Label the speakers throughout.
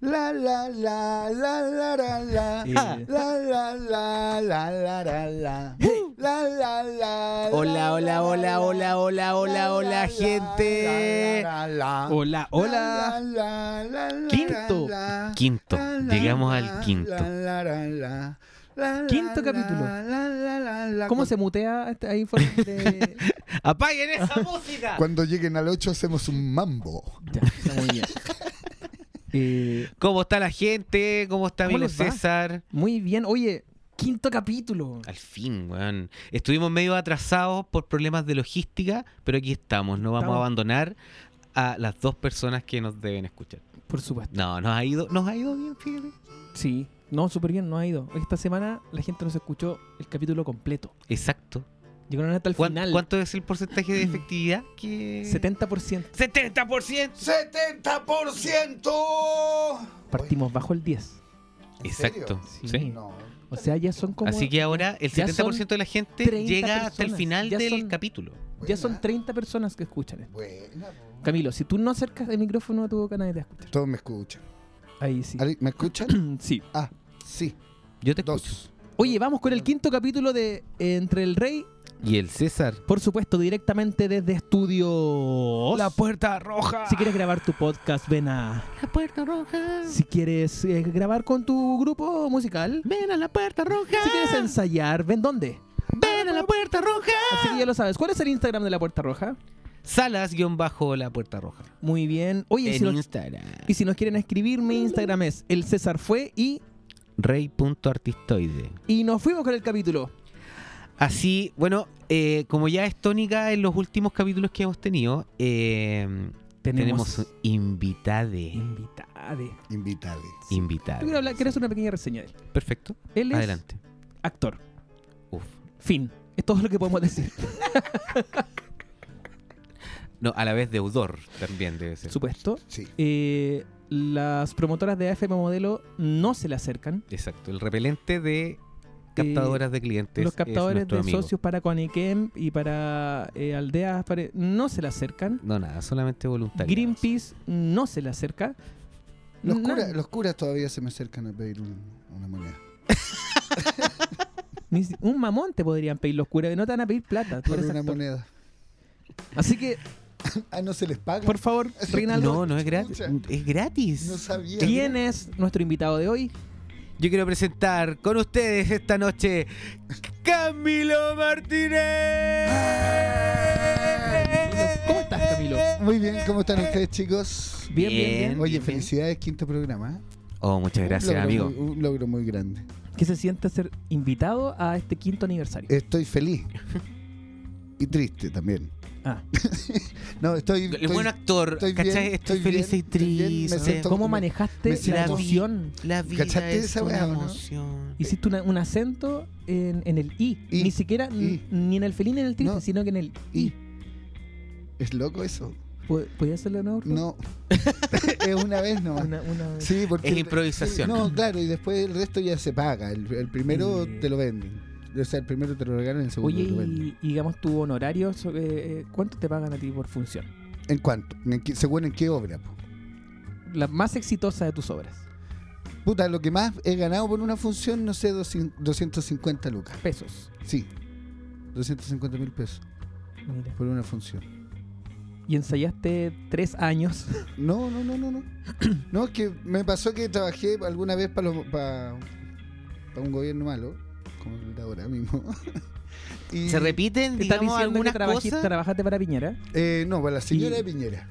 Speaker 1: La la la la la la la
Speaker 2: Y-
Speaker 1: la la la la la la la la la la
Speaker 2: Hola, hola, hola, hola, hola, hola,
Speaker 1: la, la,
Speaker 2: hola, gente.
Speaker 1: la, la, la, la.
Speaker 3: Hola, hola.
Speaker 1: La, la, la, la,
Speaker 3: Quinto.
Speaker 1: la, la.
Speaker 4: Quinto.
Speaker 1: La, la,
Speaker 4: Llegamos
Speaker 1: la,
Speaker 4: al quinto.
Speaker 1: la, la, la, la. La, la,
Speaker 3: Quinto
Speaker 1: la,
Speaker 3: capítulo.
Speaker 1: la, la, la, la.
Speaker 3: ¿Cómo
Speaker 1: Cuando-
Speaker 3: se mutea este- ahí fuera de-
Speaker 4: ¡Apaguen esa música!
Speaker 1: Cuando lleguen al 8 hacemos un mambo.
Speaker 3: Ya, está muy bien. Eh,
Speaker 4: ¿Cómo está la gente? ¿Cómo está
Speaker 3: ¿Cómo
Speaker 4: amigo
Speaker 3: les va?
Speaker 4: César?
Speaker 3: muy bien. Oye, quinto capítulo.
Speaker 4: Al fin, weón. Estuvimos medio atrasados por problemas de logística, pero aquí estamos. No vamos
Speaker 3: Estamos.
Speaker 4: a abandonar a las dos personas que nos deben escuchar.
Speaker 3: Por supuesto.
Speaker 4: No, nos ha ido, nos ha ido bien, fíjate.
Speaker 3: Sí. No, súper bien, no ha ido. Esta semana la gente nos escuchó el capítulo completo.
Speaker 4: Exacto.
Speaker 3: Llegaron hasta el
Speaker 4: ¿Cuán-
Speaker 3: final.
Speaker 4: ¿Cuánto es el porcentaje de efectividad? Que...
Speaker 3: 70%.
Speaker 4: 70%.
Speaker 1: ¡70%!
Speaker 3: Partimos bajo el 10.
Speaker 4: Exacto.
Speaker 3: Sí.
Speaker 4: sí.
Speaker 1: No.
Speaker 3: O sea, ya son como...
Speaker 4: Así que ahora el
Speaker 3: ya son
Speaker 4: 70% de la gente
Speaker 3: 30
Speaker 4: llega hasta el
Speaker 3: personas,
Speaker 4: final
Speaker 3: ya
Speaker 4: del
Speaker 3: son-
Speaker 4: capítulo.
Speaker 3: Ya son 30 personas que escuchan esto.
Speaker 1: Buena, po.
Speaker 3: Camilo, si tú no acercas el micrófono a tu boca, nadie te va a escuchar.
Speaker 1: Todos me escuchan.
Speaker 3: Ahí sí.
Speaker 1: ¿Ali- ¿Me escuchan?
Speaker 3: Sí.
Speaker 1: Ah, sí.
Speaker 4: Yo te escucho.
Speaker 1: Dos.
Speaker 3: Oye, vamos con el quinto capítulo de Entre el Rey
Speaker 4: Y el César.
Speaker 3: Por supuesto, directamente desde estudio.
Speaker 4: puerta roja.
Speaker 3: Si quieres grabar tu podcast, ven a.
Speaker 4: La puerta roja.
Speaker 3: Si quieres eh, grabar con tu grupo musical.
Speaker 4: Ven a la puerta roja.
Speaker 3: Si quieres ensayar, ven dónde.
Speaker 4: Ven a la puerta roja.
Speaker 3: Así que ya lo sabes. ¿Cuál es el Instagram de la Puerta Roja?
Speaker 4: Salas guión bajo la puerta roja.
Speaker 3: Muy bien. Oye, y si
Speaker 4: En
Speaker 3: nos,
Speaker 4: Instagram.
Speaker 3: y si nos quieren escribir, mi Instagram es el César fue y.
Speaker 4: Rey.artistoide.
Speaker 3: Y nos fuimos con el capítulo.
Speaker 4: Así, bueno, eh, como ya es tónica en los últimos capítulos que hemos tenido, eh, tenemos, invitade.
Speaker 3: invitade.
Speaker 1: Invitales.
Speaker 3: Yo quiero
Speaker 4: Invitade.
Speaker 3: hablar, quiero hacer una pequeña reseña de él.
Speaker 4: Perfecto.
Speaker 3: Él es
Speaker 4: Adelante.
Speaker 3: actor.
Speaker 4: Uf.
Speaker 3: Fin. Es todo lo que podemos decir.
Speaker 4: No, a la vez deudor también debe ser.
Speaker 3: Por supuesto.
Speaker 1: Sí.
Speaker 3: eh, las promotoras de AFM Modelo no se le acercan.
Speaker 4: Exacto. El repelente de captadoras de clientes.
Speaker 3: Eh, Los
Speaker 4: es
Speaker 3: captadores
Speaker 4: nuestro
Speaker 3: de
Speaker 4: amigo.
Speaker 3: socios para Coaniquem y para eh, aldeas pare- no se le acercan.
Speaker 4: No, nada, solamente voluntarios.
Speaker 3: Greenpeace no se le acerca.
Speaker 1: Los,
Speaker 3: Na-
Speaker 1: curas- los curas todavía se me acercan a pedir un- una moneda.
Speaker 3: ni si- un mamón te podrían pedir los curas, no te van a pedir plata. tú
Speaker 1: Por
Speaker 3: eres
Speaker 1: una
Speaker 3: actor.
Speaker 1: moneda.
Speaker 3: Así que,
Speaker 1: Ah, no se les paga.
Speaker 3: por favor, Reinaldo,
Speaker 4: No, no es gratis.
Speaker 1: Chucha.
Speaker 4: Es gratis.
Speaker 1: No sabía.
Speaker 3: ¿quién es nuestro invitado de hoy?
Speaker 4: Yo quiero presentar con ustedes esta noche Camilo Martínez.
Speaker 3: ¿Cómo estás, Camilo?
Speaker 1: Muy bien, ¿cómo están ustedes, chicos?
Speaker 3: Bien, bien, bien.
Speaker 4: Eh. Bien.
Speaker 1: Oye, felicidades, quinto programa. ¿eh?
Speaker 4: Oh, muchas gracias,
Speaker 1: Un logro
Speaker 4: amigo.
Speaker 1: muy- un logro muy grande.
Speaker 3: ¿Qué se siente ser invitado a este quinto aniversario?
Speaker 1: Estoy feliz. Y triste también.
Speaker 3: Ah,
Speaker 1: No, estoy.
Speaker 4: El
Speaker 1: estoy-
Speaker 4: buen actor,
Speaker 1: estoy bien,
Speaker 4: ¿cachai?
Speaker 1: estoy
Speaker 4: estoy, feliz
Speaker 1: bien,
Speaker 4: y
Speaker 1: estoy bien, me
Speaker 4: triste.
Speaker 1: siento-
Speaker 3: ¿Cómo
Speaker 1: me-
Speaker 3: manejaste
Speaker 1: me
Speaker 3: la
Speaker 1: siento-
Speaker 3: emoción?
Speaker 4: La vida
Speaker 1: ¿Cachaste
Speaker 4: es
Speaker 1: esa
Speaker 4: una
Speaker 1: weá, o no?
Speaker 4: emoción.
Speaker 3: Hiciste una- un acento en, en el I.
Speaker 1: I.
Speaker 3: Ni siquiera n-
Speaker 1: I.
Speaker 3: ni en el felín ni en el triste,
Speaker 1: No.
Speaker 3: sino que en el I.
Speaker 1: Y- ¿Es loco eso?
Speaker 3: ¿Po- ¿Podías hacerlo de nuevo? por favor?
Speaker 1: No. es una vez nomás.
Speaker 3: Una, una-
Speaker 1: Sí, porque
Speaker 4: Es improvisación.
Speaker 1: No, claro, y después el resto ya se paga. El, el primero
Speaker 3: Eh.
Speaker 1: te lo venden. O sea, el primero te lo regalan, el segundo
Speaker 3: Oye,
Speaker 1: te lo venden.
Speaker 3: y, y digamos tu honorario, so- eh, eh, ¿cuánto te pagan a ti por función?
Speaker 1: ¿En cuánto? ¿En qué- según en qué obra. po?
Speaker 3: La más exitosa de tus obras.
Speaker 1: Puta, lo que más he ganado por una función, no sé, 200 250 lucas.
Speaker 3: Pesos.
Speaker 1: Sí, 250 mil pesos
Speaker 3: Mira.
Speaker 1: por una función.
Speaker 3: Y ensayaste tres años.
Speaker 1: No, no, no, no, no. No, es que me pasó que trabajé alguna vez para un gobierno malo, como el de ahora mismo. Y,
Speaker 4: ¿Se repiten,
Speaker 3: ¿Estás
Speaker 4: digamos,
Speaker 3: diciendo que
Speaker 4: algunas
Speaker 3: trabajiste,
Speaker 4: cosas?
Speaker 3: trabajaste para Piñera?
Speaker 1: eh, no, para la señora
Speaker 3: Y-
Speaker 1: de Piñera,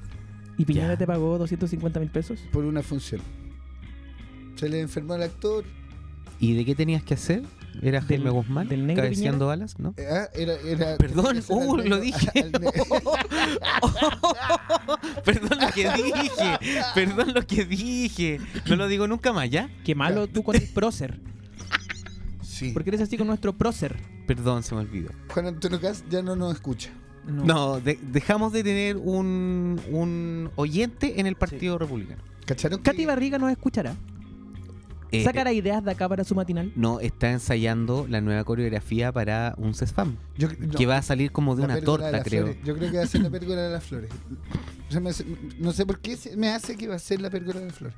Speaker 3: ¿Y Piñera
Speaker 4: Ya.
Speaker 3: te pagó 250 mil pesos?
Speaker 1: por una función. Se le enfermó al actor.
Speaker 4: ¿Y de qué tenías que hacer? ¿Era
Speaker 3: Del-
Speaker 4: Jaime Guzmán?
Speaker 3: del negro
Speaker 4: cabeceando balas, ¿no?
Speaker 1: eh, ah, Era, era,
Speaker 4: Perdón,
Speaker 1: era
Speaker 4: uh,
Speaker 1: al negro-
Speaker 4: lo dije.
Speaker 1: al negro-
Speaker 4: Perdón lo que dije. Perdón lo que dije. No lo digo nunca más, ¿ya?
Speaker 3: Qué malo tú con el prócer.
Speaker 1: Sí.
Speaker 3: ¿Por qué eres así con nuestro prócer?
Speaker 4: Perdón, se me olvidó.
Speaker 1: Juan Antonio Cast ya no nos escucha.
Speaker 4: No, de- dejamos de tener un, un oyente en el Partido Republicano.
Speaker 1: ¿Cacharon?
Speaker 3: Katy
Speaker 1: que-
Speaker 3: Barriga nos escuchará.
Speaker 4: Eh,
Speaker 3: Sacará ideas de acá para su matinal.
Speaker 4: no, está ensayando la nueva coreografía para un CESFAM,
Speaker 1: Yo- no.
Speaker 4: que va a salir como de
Speaker 1: La
Speaker 4: una
Speaker 1: pérgola de
Speaker 4: torta,
Speaker 1: las
Speaker 4: creo.
Speaker 1: flores. Yo creo que va a ser la pérgola de las flores. Se me hace- no sé por qué se me hace que va a ser la pérgola de las flores.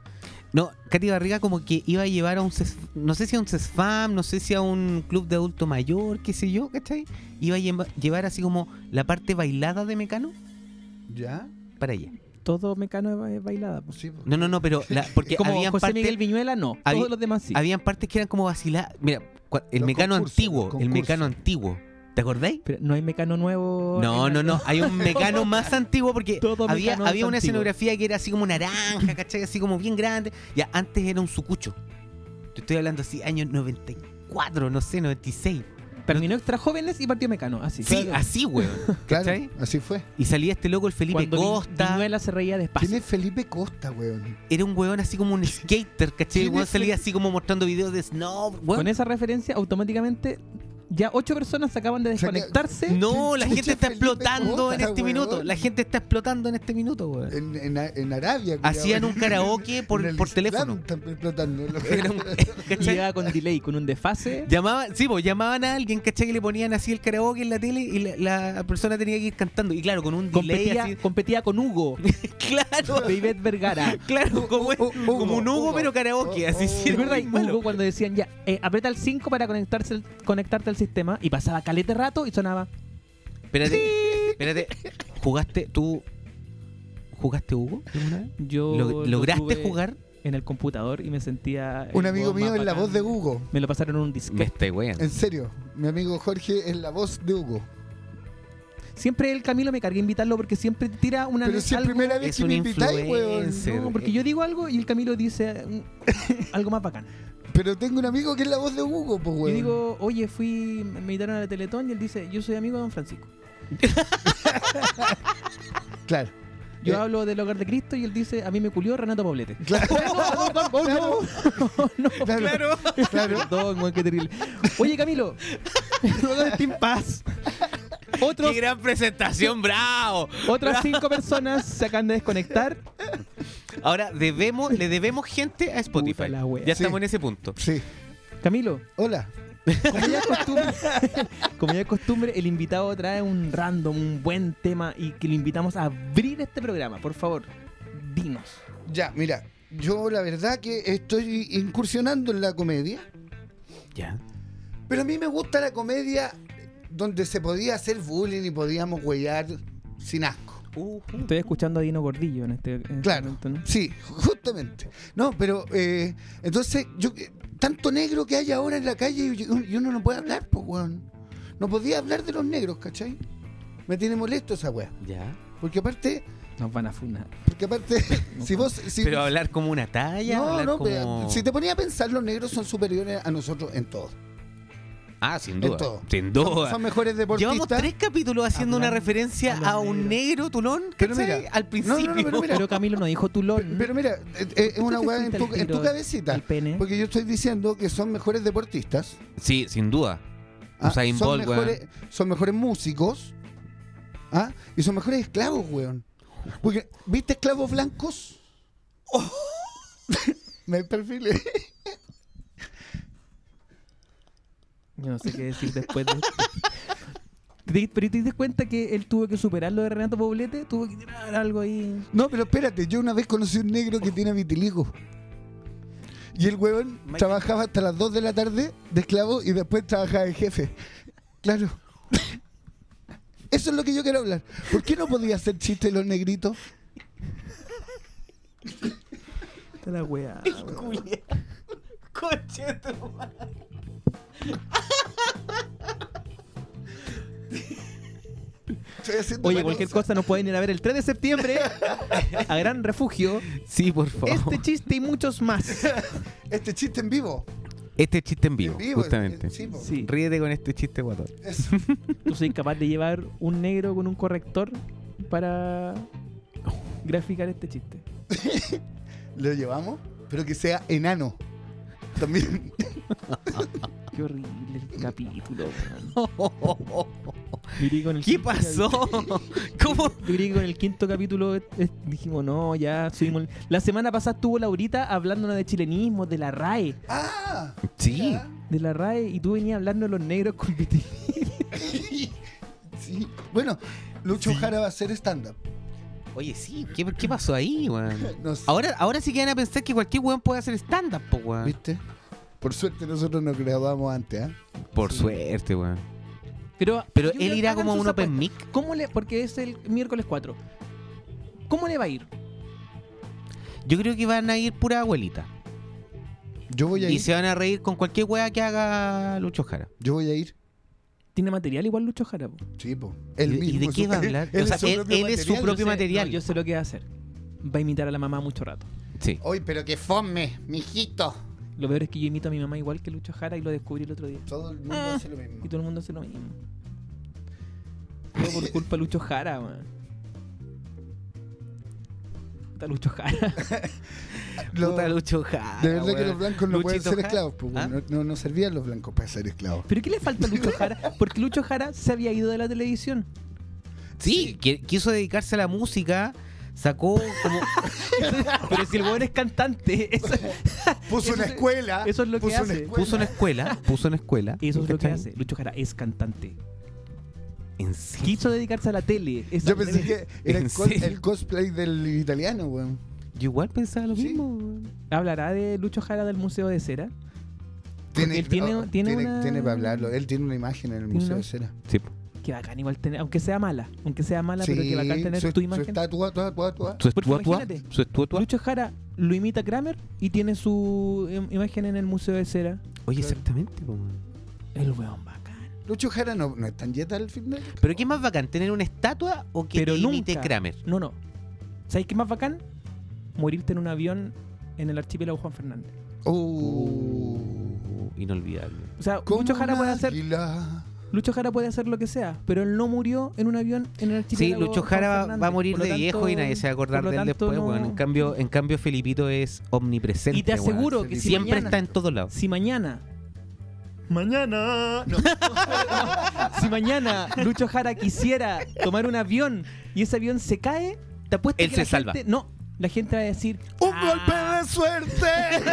Speaker 4: No, Katy Barriga como que iba a llevar a un, ces- no sé si a un CESFAM, no sé si a un club de adulto mayor, qué sé yo, ¿cachai? Iba a lleva- llevar así como la parte bailada de Mecano
Speaker 1: ¿Ya?
Speaker 4: para allá.
Speaker 3: Todo mecano es bailada. po.
Speaker 1: Sí, po.
Speaker 4: No, no, no, pero la- porque
Speaker 3: Como
Speaker 4: habían,
Speaker 3: José
Speaker 4: parte-
Speaker 3: Miguel Viñuela, no.
Speaker 4: habí-
Speaker 3: Todos los demás sí.
Speaker 4: habían partes que eran como vaciladas. Mira, cua- el
Speaker 1: Los
Speaker 4: Mecano
Speaker 1: concursos,
Speaker 4: antiguo,
Speaker 1: los
Speaker 4: el Mecano
Speaker 1: concursos.
Speaker 4: antiguo. ¿Te acordáis?
Speaker 3: Pero no hay mecano nuevo.
Speaker 4: No,
Speaker 3: en la-
Speaker 4: no, no. Hay un mecano más antiguo porque
Speaker 3: Todo
Speaker 4: había,
Speaker 3: mecano es
Speaker 4: había una
Speaker 3: antiguo.
Speaker 4: escenografía que era así como naranja, ¿cachai? Así como bien grande. Ya, antes era un sucucho. Te estoy hablando así, años 94, no sé, 96.
Speaker 3: Terminó extra jóvenes y partió mecano. Así.
Speaker 4: Sí,
Speaker 3: Claro.
Speaker 4: así, weón.
Speaker 1: Claro,
Speaker 4: ¿Cachai?
Speaker 1: así fue.
Speaker 4: Y salía este loco, el Felipe
Speaker 3: Cuando Vi-
Speaker 4: Costa.
Speaker 3: Viñuela se reía despacio.
Speaker 1: ¿Quién es Felipe Costa, weón?
Speaker 4: Era un weón así como un skater, ¿cachai? El
Speaker 1: ¿Quién
Speaker 4: weón
Speaker 1: es
Speaker 4: salía
Speaker 1: Fel-
Speaker 4: así como mostrando videos de snow.
Speaker 3: Con
Speaker 4: weón.
Speaker 3: esa referencia, automáticamente ya ocho personas acaban de
Speaker 1: O sea que-
Speaker 3: desconectarse.
Speaker 4: No, la
Speaker 1: Chucha,
Speaker 4: gente está
Speaker 1: Felipe
Speaker 4: explotando en
Speaker 1: Costa,
Speaker 4: este minuto.
Speaker 1: weón.
Speaker 4: La gente está explotando en este minuto, weón.
Speaker 1: En, en, en Arabia.
Speaker 4: Hacían un
Speaker 1: culiao.
Speaker 4: karaoke
Speaker 1: En
Speaker 4: por,
Speaker 1: el
Speaker 4: por
Speaker 1: Islam
Speaker 4: teléfono.
Speaker 1: están explotando. lo-
Speaker 4: Era un- ¿cachai?
Speaker 3: Llegaba con delay, con un desfase.
Speaker 4: Llamaban, sí, pues llamaban a alguien, ¿cachai? Que le ponían así el karaoke en la tele y la, la persona tenía que ir cantando. Y claro, con un delay
Speaker 3: competía,
Speaker 4: así.
Speaker 3: competía con Hugo,
Speaker 4: Claro,
Speaker 3: de Ivette Vergara.
Speaker 4: claro, como,
Speaker 1: Hugo,
Speaker 4: como un Hugo,
Speaker 1: Hugo.
Speaker 4: pero karaoke,
Speaker 1: Oh,
Speaker 4: así
Speaker 1: oh.
Speaker 4: sí,
Speaker 3: ¿Te
Speaker 4: era
Speaker 3: acuerdas
Speaker 4: muy
Speaker 3: de
Speaker 4: malo.
Speaker 3: Hugo cuando decían ya, eh, aprieta el 5 para conectarse al- conectarte al sistema? Y pasaba calete rato y sonaba.
Speaker 4: Espérate, espérate. ¿Jugaste tú? ¿Jugaste Hugo? alguna vez?
Speaker 3: Yo
Speaker 4: Log-
Speaker 3: lo
Speaker 4: ¿Lograste
Speaker 3: tuve
Speaker 4: jugar?
Speaker 3: En el computador y me sentía. el
Speaker 1: Un amigo
Speaker 3: weón
Speaker 1: mío
Speaker 3: más
Speaker 1: es la
Speaker 3: bacán.
Speaker 1: voz de Hugo.
Speaker 3: Me lo pasaron en un disquete.
Speaker 4: estoy weón.
Speaker 1: En serio, mi amigo Jorge es la voz de Hugo.
Speaker 3: Siempre el Camilo me cargué a invitarlo porque siempre tira una
Speaker 1: Pero si es
Speaker 3: algo-
Speaker 1: primera vez
Speaker 4: Es
Speaker 1: que
Speaker 4: un
Speaker 1: me invitáis, weón.
Speaker 4: influencer.
Speaker 3: No, porque yo digo algo y el Camilo dice mm, algo más bacán.
Speaker 1: Pero tengo un amigo que es la voz de Hugo, pues,
Speaker 3: Yo
Speaker 1: weón.
Speaker 3: digo, oye, fui, me invitaron a la Teletón y él dice, yo soy amigo de Don Francisco.
Speaker 1: Claro.
Speaker 3: Yo
Speaker 1: Eh.
Speaker 3: hablo del hogar de Cristo y él dice, a mí me culió Renato Poblete.
Speaker 1: Claro. Oh,
Speaker 3: no,
Speaker 1: Claro.
Speaker 4: Claro.
Speaker 1: Claro.
Speaker 3: Perdón, weón, qué terrible. Oye, Camilo, luego de Team Paz, otros,
Speaker 4: ¡Qué gran presentación, bravo!
Speaker 3: otras cinco personas se acaban de desconectar.
Speaker 4: Ahora debemos, le debemos gente a Spotify.
Speaker 3: Puta la wea.
Speaker 4: ya
Speaker 1: Sí.
Speaker 4: estamos en ese punto.
Speaker 1: Sí.
Speaker 3: Camilo,
Speaker 1: Hola.
Speaker 3: como ya es costumbre, como ya es costumbre, el invitado trae un random, un buen tema y que lo invitamos a abrir este programa. Por favor, dinos.
Speaker 1: Ya, mira. Yo la verdad que estoy incursionando en la comedia.
Speaker 4: Ya.
Speaker 1: Pero a mí me gusta la comedia donde se podía hacer bullying y podíamos huellar sin asco.
Speaker 3: Estoy escuchando a Dino Gordillo en este, en este
Speaker 1: Claro.
Speaker 3: momento, ¿no?
Speaker 1: Sí, justamente. No, pero eh, entonces, yo, eh, tanto negro que hay ahora en la calle y, y uno no puede hablar, pues, weón. No podía hablar de los negros, ¿cachai? Me tiene molesto esa weá.
Speaker 4: Ya.
Speaker 1: Porque aparte,
Speaker 3: Nos van a funar.
Speaker 1: porque aparte, si vos... Si,
Speaker 4: Pero hablar como una talla.
Speaker 1: no,
Speaker 4: hablar
Speaker 1: no,
Speaker 4: como-
Speaker 1: pero si te ponía a pensar, los negros son superiores a nosotros en todo.
Speaker 4: Ah, sin
Speaker 1: en
Speaker 4: duda.
Speaker 1: todo. Son,
Speaker 4: Sin duda.
Speaker 1: son mejores
Speaker 4: Llevamos
Speaker 1: deportistas.
Speaker 4: tres capítulos haciendo
Speaker 3: Hablando-
Speaker 4: una referencia
Speaker 3: hablando
Speaker 4: a un negro tulón,
Speaker 1: Pero
Speaker 4: ¿cachai?
Speaker 1: mira,
Speaker 4: Al
Speaker 1: no,
Speaker 4: principio.
Speaker 1: pero mira,
Speaker 3: Pero Camilo no dijo tulón.
Speaker 1: Pero mira, eh, eh, es
Speaker 3: ¿Por qué
Speaker 1: una
Speaker 3: te
Speaker 1: weá en
Speaker 3: fuiste
Speaker 1: tu,
Speaker 3: al
Speaker 1: en tu
Speaker 3: tiro
Speaker 1: cabecita.
Speaker 3: El pene.
Speaker 1: Porque yo estoy diciendo que son mejores deportistas.
Speaker 4: Sí, sin duda.
Speaker 1: ¿ah?
Speaker 4: Usain
Speaker 1: son,
Speaker 4: Bolt,
Speaker 1: mejores, son mejores músicos. ¿ah? Y son mejores esclavos, weón. Porque, ¿viste esclavos blancos? Me perfilé.
Speaker 3: Yo no sé qué decir después de Te- Pero te diste cuenta que él tuvo que superar lo de Renato Poblete, tuvo que tirar algo ahí.
Speaker 1: No, pero espérate, yo una vez conocí un negro que tiene vitiligo. Y el weón
Speaker 4: Michael-
Speaker 1: trabajaba hasta las 2 de la tarde de esclavo y después trabajaba de jefe. Claro. Eso es lo que yo quiero hablar. ¿Por qué no podía hacer chiste de los negritos?
Speaker 3: Está la weá. weón.
Speaker 4: Coche tu madre.
Speaker 1: Estoy haciendo
Speaker 3: Oye,
Speaker 1: varios-
Speaker 3: cualquier cosa nos pueden ir a ver el 3 de septiembre a Gran Refugio.
Speaker 4: Sí, por favor.
Speaker 3: Este
Speaker 4: Este,
Speaker 3: chiste y muchos más.
Speaker 1: Este chiste en vivo.
Speaker 4: Este chiste en vivo,
Speaker 1: en vivo.
Speaker 4: justamente.
Speaker 1: eh, sí, po.
Speaker 3: Sí.
Speaker 4: Ríete con este chiste, guatón.
Speaker 1: Eso.
Speaker 3: ¿Tú soy capaz de llevar un negro con un corrector para graficar este chiste?
Speaker 1: Lo llevamos, pero que sea enano. También.
Speaker 3: Qué horrible el capítulo. weón. Yo diría que con el
Speaker 4: ¿Qué
Speaker 3: quinto
Speaker 4: pasó? ¿Cómo?
Speaker 3: Yo creo que con el quinto capítulo eh, eh, dijimos, no, ya subimos. el- La semana pasada estuvo Laurita hablándonos de chilenismo, de la RAE,
Speaker 1: ¡Ah!
Speaker 4: Sí.
Speaker 1: ya.
Speaker 3: de la RAE, y tú venías hablando de los negros con vitiligo.
Speaker 1: Sí. Bueno, Lucho Jara va a hacer stand-up.
Speaker 4: Oye, sí, ¿qué, qué pasó ahí, weón?
Speaker 1: No sé,
Speaker 4: Ahora, ahora sí que van a pensar que cualquier weón puede hacer stand-up, po, weón.
Speaker 1: ¿Viste? Por suerte nosotros nos graduamos antes, ¿ah?
Speaker 4: Por suerte, weón.
Speaker 3: Pero,
Speaker 4: Pero
Speaker 3: yo creo
Speaker 4: él
Speaker 3: que
Speaker 4: irá
Speaker 3: hagan
Speaker 4: como a
Speaker 3: sus
Speaker 4: un open
Speaker 3: apuestas.
Speaker 4: mic.
Speaker 3: ¿Cómo le.? Porque es el miércoles 4. ¿Cómo le va a ir?
Speaker 4: Yo creo que van a ir pura abuelita.
Speaker 1: Yo voy a
Speaker 4: Y
Speaker 1: ir.
Speaker 4: se van a reír con cualquier weá que haga Lucho Jara.
Speaker 1: Yo voy a ir.
Speaker 3: Tiene material igual Lucho Jara. po.
Speaker 1: Sí, po.
Speaker 4: ¿Y-
Speaker 1: Él
Speaker 4: y
Speaker 1: mismo.
Speaker 4: de
Speaker 1: es
Speaker 4: qué
Speaker 1: su-
Speaker 4: va a hablar? O sea, él- él es su
Speaker 1: material.
Speaker 4: propio
Speaker 3: Yo sé-
Speaker 4: material.
Speaker 3: no, yo sé lo que va a hacer. Va a imitar a la mamá mucho rato.
Speaker 4: Sí.
Speaker 1: Uy, pero que fome, mijito.
Speaker 3: Lo peor es que yo imito a mi mamá igual que Lucho Jara y lo descubrí el otro día.
Speaker 1: Todo el mundo
Speaker 3: Ah.
Speaker 1: hace lo mismo.
Speaker 3: Y todo el mundo hace lo mismo. Todo por culpa de Lucho Jara, man. Puta Lucho Jara.
Speaker 1: Lo-
Speaker 4: Puta Lucho Jara.
Speaker 1: de verdad que
Speaker 4: weón.
Speaker 1: los blancos no pueden
Speaker 4: Luchito
Speaker 1: ser
Speaker 4: Jara.
Speaker 1: esclavos, po,
Speaker 4: ¿Ah?
Speaker 1: no, no, no servían los blancos para ser esclavos.
Speaker 3: ¿Pero qué le falta a Lucho Jara? Porque Lucho Jara se había ido de la televisión.
Speaker 4: Sí, que- quiso dedicarse a la música. Sacó como.
Speaker 3: Pero si el weón es cantante, eso,
Speaker 1: Puso
Speaker 3: Eso
Speaker 1: una
Speaker 3: es-
Speaker 1: escuela.
Speaker 3: eso es lo que
Speaker 1: puso una
Speaker 3: hace.
Speaker 1: escuela.
Speaker 4: puso una escuela. Puso una escuela.
Speaker 3: eso es lo que
Speaker 4: ¿cachai?
Speaker 3: hace. Lucho Jara es cantante.
Speaker 4: En sí.
Speaker 3: Quiso dedicarse a la tele. es
Speaker 1: Yo
Speaker 3: al
Speaker 1: pensé
Speaker 3: revés.
Speaker 1: que era el,
Speaker 4: ¿En
Speaker 1: cos-
Speaker 4: serio?
Speaker 1: el cosplay del italiano, weón.
Speaker 4: Yo igual pensaba lo
Speaker 1: Sí.
Speaker 4: mismo. weón.
Speaker 3: ¿Hablará de Lucho Jara del Museo de Cera? él tiene-
Speaker 1: oh,
Speaker 3: tiene
Speaker 1: tiene,
Speaker 3: una-
Speaker 1: tiene para hablarlo. Él tiene una imagen en el
Speaker 3: Tiene
Speaker 1: Museo
Speaker 3: una-
Speaker 1: de Cera.
Speaker 4: Sí. po.
Speaker 3: Que bacán igual tener, aunque sea mala, aunque sea mala, pero que bacán tener
Speaker 1: su,
Speaker 3: tu imagen.
Speaker 1: Su estatua, toda, toda, toda.
Speaker 4: Su
Speaker 3: Porque
Speaker 4: estuatua.
Speaker 3: imagínate,
Speaker 4: Su estuatua.
Speaker 3: Lucho Jara lo imita Kramer y tiene su im- imagen en el Museo de Cera.
Speaker 4: Oye,
Speaker 1: Claro.
Speaker 4: exactamente, po, weón.
Speaker 3: El weón bacán.
Speaker 1: Lucho Jara no, no es tan yeta al final.
Speaker 4: Pero qué es más bacán, tener una estatua o que
Speaker 3: Pero
Speaker 4: te imite
Speaker 3: nunca.
Speaker 4: Kramer.
Speaker 3: No, no. ¿Sabes qué más bacán? Morirte en un avión en el archipiélago Juan Fernández.
Speaker 1: Uh,
Speaker 4: Inolvidable.
Speaker 3: O sea,
Speaker 1: como
Speaker 3: Lucho Jara,
Speaker 1: un
Speaker 3: puede hacer,
Speaker 1: Oh, águila.
Speaker 3: Lucho Jara puede hacer lo que sea, pero él no murió en un avión en el
Speaker 4: Sí,
Speaker 3: archipiélago.
Speaker 4: Lucho
Speaker 3: Juan
Speaker 4: Jara va- va,
Speaker 3: Fernández.
Speaker 4: a morir
Speaker 3: Por lo
Speaker 4: de viejo y
Speaker 3: tanto-
Speaker 4: nadie se va a acordar
Speaker 3: por lo
Speaker 4: de él
Speaker 3: tanto,
Speaker 4: después,
Speaker 3: no-
Speaker 4: weón. En cambio, en cambio, Felipito es omnipresente.
Speaker 3: Y te
Speaker 4: weón.
Speaker 3: aseguro que si
Speaker 4: siempre
Speaker 3: mañana-
Speaker 4: está en todos lados.
Speaker 3: Si mañana. Mañana. no. si mañana Lucho Jara quisiera tomar un avión y ese avión se cae, te apuesto
Speaker 4: Él
Speaker 3: que
Speaker 4: se
Speaker 3: la
Speaker 4: salva.
Speaker 3: gente. No, la gente va a decir.
Speaker 1: ¡Un
Speaker 3: "Ah,
Speaker 1: golpe de suerte!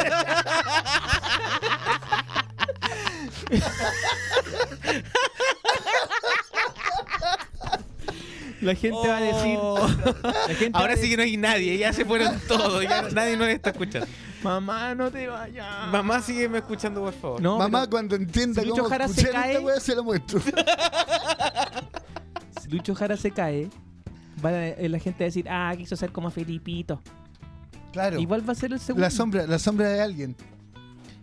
Speaker 3: La gente va a decir.
Speaker 4: Oh.
Speaker 3: La gente va a
Speaker 4: Ahora sí
Speaker 3: decir,
Speaker 4: que no hay nadie, ya se fueron todos, ya nadie nos está escuchando.
Speaker 3: Mamá, no te vayas.
Speaker 4: Mamá, sígueme escuchando, por favor.
Speaker 3: No,
Speaker 1: Mamá,
Speaker 3: pero
Speaker 1: cuando entienda
Speaker 3: si Lucho
Speaker 1: cómo
Speaker 3: Jara se
Speaker 1: escuchar
Speaker 3: cae-
Speaker 1: esta weá, se la muestro.
Speaker 3: si Lucho Jara se cae, va a- eh, la gente va a decir, ah, quiso ser como Felipito.
Speaker 1: Claro.
Speaker 3: Igual va a ser el segundo.
Speaker 1: La sombra, la sombra de alguien.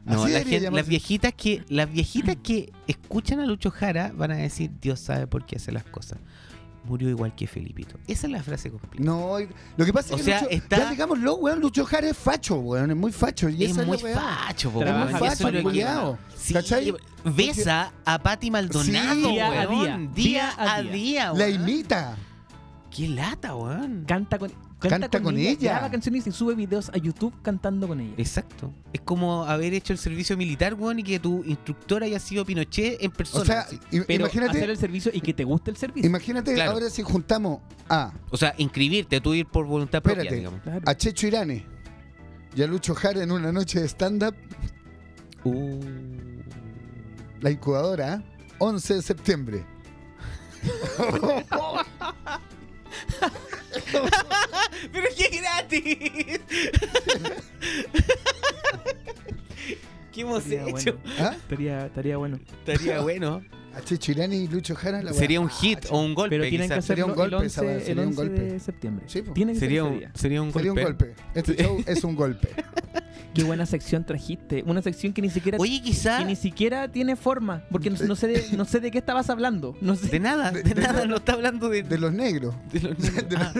Speaker 4: No,
Speaker 1: Así
Speaker 4: la
Speaker 1: debería
Speaker 4: gente- las
Speaker 1: llamarse.
Speaker 4: viejitas que las viejitas que escuchan a Lucho Jara van a decir Dios sabe por qué hace las cosas. Murió igual que Felipito. Esa es la frase completa.
Speaker 1: No, y- lo que pasa
Speaker 4: O
Speaker 1: es que
Speaker 4: sea,
Speaker 1: Lucho,
Speaker 4: está-
Speaker 1: ya digámoslo, weón, Lucho Jara es facho, weón, es muy facho. Y
Speaker 4: es
Speaker 1: esa
Speaker 4: muy
Speaker 1: es la weá.
Speaker 4: facho, po,
Speaker 3: Trabaja
Speaker 4: weón,
Speaker 3: bien
Speaker 4: y eso es lo que-
Speaker 1: culiao.
Speaker 4: Sí,
Speaker 1: ¿Cachai?
Speaker 4: Besa a Pati Maldonado,
Speaker 1: Sí.
Speaker 3: Día a
Speaker 4: weón,
Speaker 3: día,
Speaker 4: Día a día,
Speaker 1: La
Speaker 4: weón.
Speaker 1: imita.
Speaker 4: Qué lata, weón.
Speaker 3: Canta con, canta
Speaker 1: Canta con ella.
Speaker 3: Graba canciones y sube videos a YouTube cantando con ella.
Speaker 4: Exacto. Es como haber hecho el servicio militar, weón, y que tu instructor haya sido Pinochet en persona.
Speaker 1: O sea,
Speaker 4: así.
Speaker 1: i-
Speaker 3: Pero hacer
Speaker 1: imagínate,
Speaker 3: el servicio y que te guste el servicio.
Speaker 1: imagínate
Speaker 4: Claro.
Speaker 1: ahora si juntamos a,
Speaker 4: o sea, inscribirte, tú ir por voluntad propia,
Speaker 1: Espérate.
Speaker 4: digamos.
Speaker 3: Claro.
Speaker 1: a Checho Irane y a Lucho Jara en una noche de stand-up,
Speaker 4: Uh.
Speaker 1: la incubadora, ¿eh? 11 de septiembre.
Speaker 4: Pero es que es gratis. ¿Qué hemos
Speaker 3: Sería
Speaker 4: hecho?
Speaker 3: bueno.
Speaker 1: ¿Ah?
Speaker 3: Estaría, estaría bueno.
Speaker 4: Estaría bueno.
Speaker 1: A Checho Irane y Lucho Jara la weá. Ah,
Speaker 4: Sería un hit o un golpe.
Speaker 3: Pero tienen que
Speaker 4: quizás.
Speaker 1: Sería
Speaker 3: hacerlo
Speaker 1: un golpe
Speaker 3: el 11,
Speaker 1: esa weá,
Speaker 3: el
Speaker 1: sería un
Speaker 3: 11 de
Speaker 1: golpe.
Speaker 3: septiembre.
Speaker 1: Sí, po.
Speaker 3: Tiene que
Speaker 4: Sería
Speaker 3: ser ese
Speaker 4: un,
Speaker 3: día.
Speaker 4: sería un
Speaker 1: Sería un
Speaker 4: golpe.
Speaker 1: golpe. Este show es un golpe.
Speaker 3: Qué buena sección trajiste. Una sección que ni siquiera,
Speaker 4: Oye,
Speaker 3: que
Speaker 4: quizá
Speaker 3: ni siquiera tiene forma. Porque no, no sé de, no sé de qué estabas hablando. No sé.
Speaker 4: de nada, de, nada, no está hablando de,
Speaker 1: De los negros.
Speaker 4: de los
Speaker 1: De los-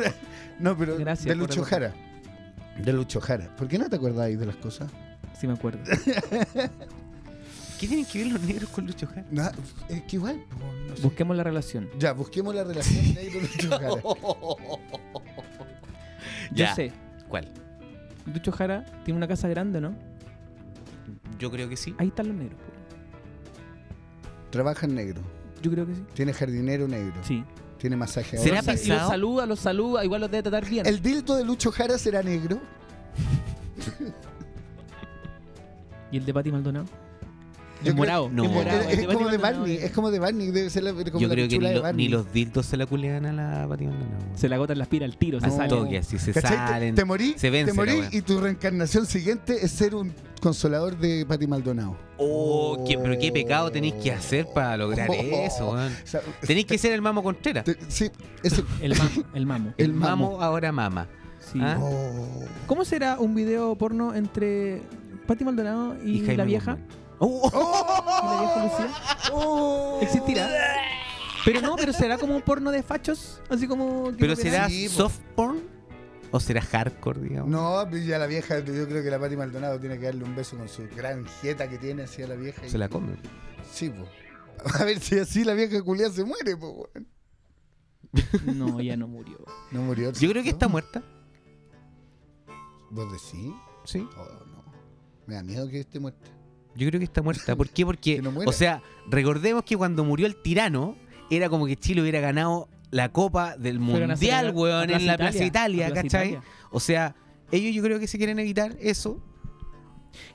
Speaker 1: no, pero
Speaker 3: Gracias
Speaker 1: de
Speaker 3: por
Speaker 1: Lucho
Speaker 3: recordar.
Speaker 1: Jara. De Lucho Jara. ¿Por qué no te acordáis de las cosas?
Speaker 3: Sí, me acuerdo.
Speaker 4: Ah, ¿Qué tienen que ver los negros con Lucho Jara?
Speaker 1: No, es que igual. po, no sé.
Speaker 3: Busquemos la relación.
Speaker 1: Ya, busquemos la relación negro-Lucho Jara.
Speaker 3: Yo
Speaker 4: Ya.
Speaker 3: sé.
Speaker 4: ¿Cuál?
Speaker 3: Lucho Jara tiene una casa grande, ¿no?
Speaker 4: Yo creo que sí.
Speaker 3: Ahí están los negros. pues.
Speaker 1: Trabaja en negro.
Speaker 3: Yo creo que sí.
Speaker 1: Tiene jardinero negro.
Speaker 3: Sí.
Speaker 1: Tiene masaje
Speaker 4: ¿Será
Speaker 1: ahora.
Speaker 3: Y los
Speaker 4: pesado?
Speaker 3: saluda, los saluda. Igual los debe tratar bien.
Speaker 1: ¿El dildo de Lucho Jara será negro?
Speaker 3: ¿Y el de Pati Maldonado?
Speaker 1: creo-
Speaker 3: morado,
Speaker 4: no.
Speaker 1: es-
Speaker 4: en morado,
Speaker 1: Es,
Speaker 3: este
Speaker 1: como de
Speaker 3: Batman no,
Speaker 1: Barney,
Speaker 3: eh.
Speaker 1: es como de Barney, debe ser la, como
Speaker 4: Yo
Speaker 1: la
Speaker 4: creo que
Speaker 1: pichula
Speaker 4: ni,
Speaker 1: de
Speaker 4: lo-
Speaker 1: Barney.
Speaker 4: ni los dildos se la culean a la Batman. No.
Speaker 3: Se le agotan las pilas al tiro, se
Speaker 1: No.
Speaker 4: Al
Speaker 3: sale.
Speaker 4: toque, así se
Speaker 1: ¿Cachai? Te-
Speaker 4: salen.
Speaker 1: Te, morí,
Speaker 4: se vence
Speaker 1: te morí
Speaker 4: la wea.
Speaker 1: y tu reencarnación siguiente es ser un consolador de Pati Maldonado.
Speaker 4: Oh, qué- pero qué pecado tenéis que hacer para lograr eso, weón.
Speaker 1: O sea,
Speaker 4: Tenéis que ser el mamo Contreras.
Speaker 1: te- sí, ese-
Speaker 3: El mamo, el mamo.
Speaker 1: el
Speaker 4: El mamo, ahora mama.
Speaker 3: Sí.
Speaker 4: Ah.
Speaker 1: Oh.
Speaker 3: ¿Cómo será un video porno entre Pati Maldonado y,
Speaker 4: Jaime
Speaker 3: la vieja?
Speaker 4: Guzmán. Oh,
Speaker 3: ¿Y
Speaker 4: oh,
Speaker 3: la vieja Lucía?
Speaker 1: Oh.
Speaker 3: ¿Existirá? Pero no, pero será como un porno de fachos, así como... tipo
Speaker 4: pero
Speaker 3: que
Speaker 4: será
Speaker 1: Sí, po.
Speaker 4: soft porn o será hardcore, digamos.
Speaker 1: No, pero ya la vieja, yo creo que la Pati Maldonado tiene que darle un beso con su gran jeta que tiene hacia la vieja. y-
Speaker 4: Se la come.
Speaker 1: Sí, po. A ver si así la vieja culia se muere, po. weón.
Speaker 4: pues.
Speaker 3: No, ya no murió.
Speaker 1: No murió.
Speaker 4: Yo creo que
Speaker 1: ¿no?
Speaker 4: está muerta.
Speaker 1: ¿Vos decís?
Speaker 4: Sí.
Speaker 1: Oh, no. Me da miedo que esté muerta.
Speaker 4: Yo creo que está muerta. ¿Por qué? Porque,
Speaker 1: Que no muera.
Speaker 4: o sea, recordemos que cuando murió el tirano, era como que Chile hubiera ganado la Copa del
Speaker 3: Fueron a hacer
Speaker 4: Mundial,
Speaker 3: a-
Speaker 4: weón,
Speaker 3: a
Speaker 4: en la Plaza Italia,
Speaker 3: a Plaza
Speaker 4: ¿cachai?
Speaker 3: Italia.
Speaker 4: O sea, ellos yo creo que se quieren evitar eso,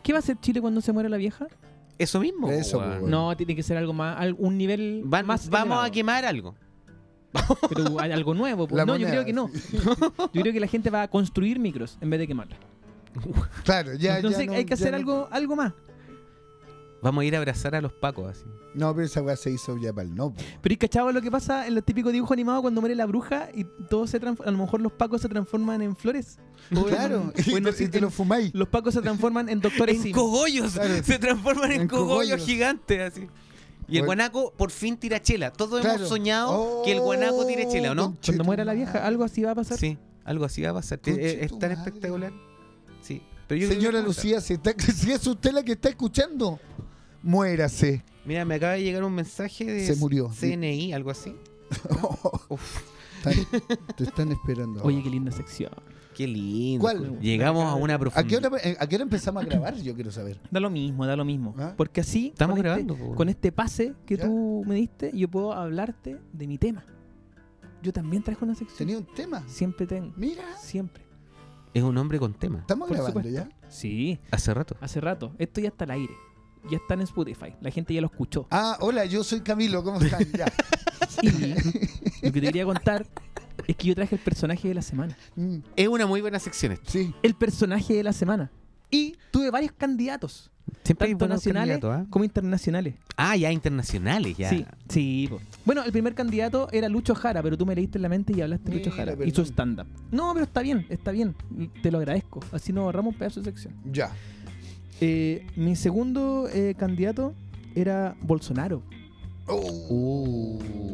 Speaker 3: ¿Qué va a hacer Chile cuando se muera la vieja?
Speaker 4: eso mismo.
Speaker 1: Eso,
Speaker 4: weón.
Speaker 1: pues, weón.
Speaker 3: No, tiene que ser algo más, al- un nivel
Speaker 4: Van-
Speaker 3: más.
Speaker 4: vamos
Speaker 3: elevado.
Speaker 4: a quemar algo.
Speaker 3: Pero hay algo nuevo. pues.
Speaker 1: La
Speaker 3: No,
Speaker 1: moneda,
Speaker 3: yo creo que no. Yo creo que la gente va a construir micros en vez de quemarlas.
Speaker 1: Claro, ya. ya
Speaker 3: Entonces
Speaker 1: no,
Speaker 3: hay que
Speaker 1: ya
Speaker 3: hacer
Speaker 1: no-
Speaker 3: algo, algo más.
Speaker 4: Vamos a ir a abrazar a los pacos así.
Speaker 1: No, pero esa weá se hizo ya para el no, po.
Speaker 3: Pero ¿y cachado lo que pasa en los típicos dibujos animados cuando muere la bruja y todo se transf- a lo mejor los pacos se transforman en flores? O en-
Speaker 1: Claro, y,
Speaker 3: o en-
Speaker 1: te- y te lo fumáis.
Speaker 3: Los pacos se transforman en doctores
Speaker 4: en
Speaker 3: Sim.
Speaker 4: cogollos,
Speaker 1: Claro.
Speaker 4: se transforman en,
Speaker 1: En
Speaker 4: cogollos,
Speaker 1: cogollos.
Speaker 4: gigantes así. Y el
Speaker 1: Bueno.
Speaker 4: guanaco por fin tira chela. Todos
Speaker 1: Claro.
Speaker 4: hemos soñado que el guanaco tire chela, ¿o
Speaker 1: Oh,
Speaker 4: no?
Speaker 3: Cuando muera la
Speaker 1: conchetumare.
Speaker 3: vieja, algo así va a pasar.
Speaker 4: Sí, algo así va a pasar. Es,
Speaker 1: Conche
Speaker 4: es
Speaker 1: tu
Speaker 4: tan
Speaker 1: madre.
Speaker 4: espectacular. Sí. Pero yo creo que
Speaker 1: Señora
Speaker 4: es justa.
Speaker 1: Lucía, si, está- si es usted la que está escuchando, muérase.
Speaker 4: Mira, me acaba de llegar un mensaje de
Speaker 1: Se murió.
Speaker 4: CNI, algo así. Uf,
Speaker 1: Están- te están esperando.
Speaker 3: Oye, qué linda sección.
Speaker 4: qué lindo.
Speaker 1: ¿Cuál?
Speaker 4: Llegamos a una
Speaker 1: ¿A qué,
Speaker 4: profundidad.
Speaker 1: hora, eh, a qué hora empezamos a grabar? Yo quiero saber.
Speaker 3: Da lo mismo, da lo mismo.
Speaker 1: ¿Ah?
Speaker 3: Porque así,
Speaker 4: Estamos
Speaker 3: con este-
Speaker 4: grabando. po.
Speaker 3: con este pase que
Speaker 1: Ya.
Speaker 3: tú me diste, yo puedo hablarte de mi tema. Yo también trajo una sección.
Speaker 1: Tenía un tema.
Speaker 3: Siempre tengo.
Speaker 1: Mira,
Speaker 3: Siempre.
Speaker 4: Es un hombre con tema.
Speaker 1: estamos
Speaker 3: Por
Speaker 1: grabando
Speaker 3: supuesto.
Speaker 1: ya.
Speaker 3: Sí,
Speaker 4: Hace rato.
Speaker 3: hace rato. Esto ya está al aire. Ya está en Spotify. La gente ya lo escuchó.
Speaker 1: Ah, hola, yo soy Camilo, ¿cómo están? Ya.
Speaker 3: Y lo que te quería contar es que yo traje el personaje de la semana.
Speaker 1: Mm,
Speaker 4: Es una muy buena sección esta.
Speaker 1: sí.
Speaker 3: El personaje de la semana. Y tuve varios candidatos,
Speaker 4: Siempre hay
Speaker 3: tanto
Speaker 4: buenos
Speaker 3: nacionales
Speaker 4: candidatos, ¿ah?
Speaker 3: como internacionales.
Speaker 4: Ah, ya internacionales, ya.
Speaker 3: Sí, sí. po. Bueno, el primer candidato era Lucho Jara, pero tú me leíste en la mente y hablaste de Lucho
Speaker 1: Mira,
Speaker 3: Jara y
Speaker 1: perdón.
Speaker 3: su stand-up. No, pero está bien, está bien. Te lo agradezco. Así nos ahorramos un pedazo de sección.
Speaker 1: Ya.
Speaker 3: Eh, mi segundo eh, candidato era Bolsonaro.
Speaker 1: Oh,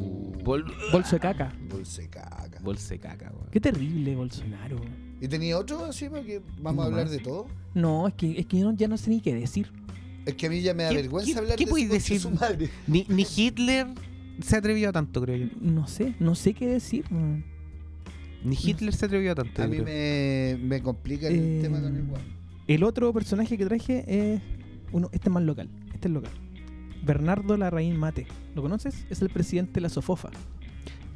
Speaker 4: Uh, bol-
Speaker 3: Bolso de caca.
Speaker 1: dulce caca.
Speaker 4: bolse caca, weón.
Speaker 3: Qué terrible Bolsonaro.
Speaker 1: ¿Y tenía otro así? Porque vamos a
Speaker 3: No
Speaker 1: hablar
Speaker 3: más.
Speaker 1: de todo.
Speaker 3: No, es que, es que yo no- ya no sé ni qué decir.
Speaker 1: Es que a mí ya me da
Speaker 4: ¿Qué-
Speaker 1: vergüenza
Speaker 4: qué-
Speaker 1: hablar
Speaker 4: qué
Speaker 1: de
Speaker 4: podéis
Speaker 1: su- de su
Speaker 4: decir?
Speaker 1: madre.
Speaker 4: Ni, ni Hitler se atrevió a tanto, creo yo.
Speaker 3: No sé, no sé qué decir. weón.
Speaker 4: Ni Hitler se atrevió a tanto.
Speaker 1: A
Speaker 4: yo
Speaker 1: mí
Speaker 4: creo.
Speaker 1: me, me complica el
Speaker 3: Eh,
Speaker 1: tema con el guapo.
Speaker 3: El otro personaje que traje es uno, este es más local, este es local. Bernardo Larraín Mate, ¿lo conoces? Es el presidente de la Sofofa.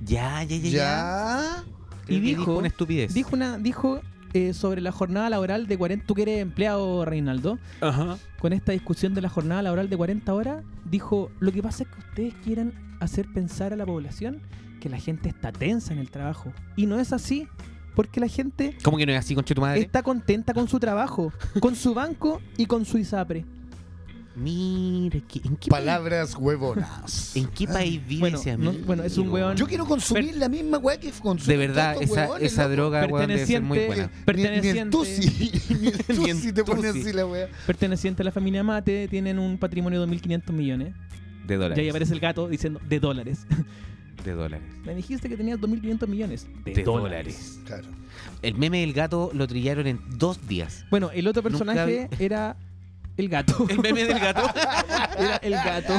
Speaker 4: Ya, ya, ya, ya.
Speaker 1: Ya.
Speaker 4: Creo
Speaker 3: Y
Speaker 4: que
Speaker 3: dijo-
Speaker 4: una estupidez.
Speaker 3: Dijo una, dijo eh, sobre la jornada laboral de 40. ¿Tú que eres empleado, Reinaldo?
Speaker 4: Ajá.
Speaker 3: Con esta discusión de la jornada laboral de 40 horas, dijo: Lo que pasa es que ustedes quieren hacer pensar a la población que la gente está tensa en el trabajo. Y no es así, porque la gente
Speaker 4: ¿Cómo que no es así, conche tu madre?
Speaker 3: está contenta con su trabajo, con su banco y con su ISAPRE.
Speaker 4: Mira, ¿qué- ¿en qué
Speaker 1: Palabras huevonas.
Speaker 4: país- ¿En qué país vive
Speaker 3: Bueno,
Speaker 4: ese
Speaker 3: no-
Speaker 4: amigo?
Speaker 3: bueno, es un weón-
Speaker 1: Yo quiero consumir la misma weá que consumen
Speaker 4: De verdad,
Speaker 1: tantos
Speaker 4: esa,
Speaker 1: huevones,
Speaker 4: esa
Speaker 1: loco.
Speaker 4: droga, weón, debe ser muy buena.
Speaker 1: Ni-
Speaker 3: eh,
Speaker 1: Ni el Tusi. Ni el
Speaker 4: Ni el
Speaker 1: Tusi te pone
Speaker 4: Tusi.
Speaker 1: así la weá.
Speaker 3: perteneciente a la familia Mate, tienen un patrimonio de 2.500 millones.
Speaker 4: De
Speaker 3: Y
Speaker 4: dólares.
Speaker 3: ahí aparece el gato diciendo, de dólares.
Speaker 4: De dólares.
Speaker 3: Me dijiste que tenías 2.500 millones. De,
Speaker 4: De
Speaker 3: dólares.
Speaker 4: dólares.
Speaker 1: Claro.
Speaker 4: El meme del gato lo trillaron en dos días.
Speaker 3: Bueno, el otro personaje
Speaker 4: Nunca
Speaker 3: era el gato.
Speaker 4: El meme del gato.
Speaker 3: era el gato.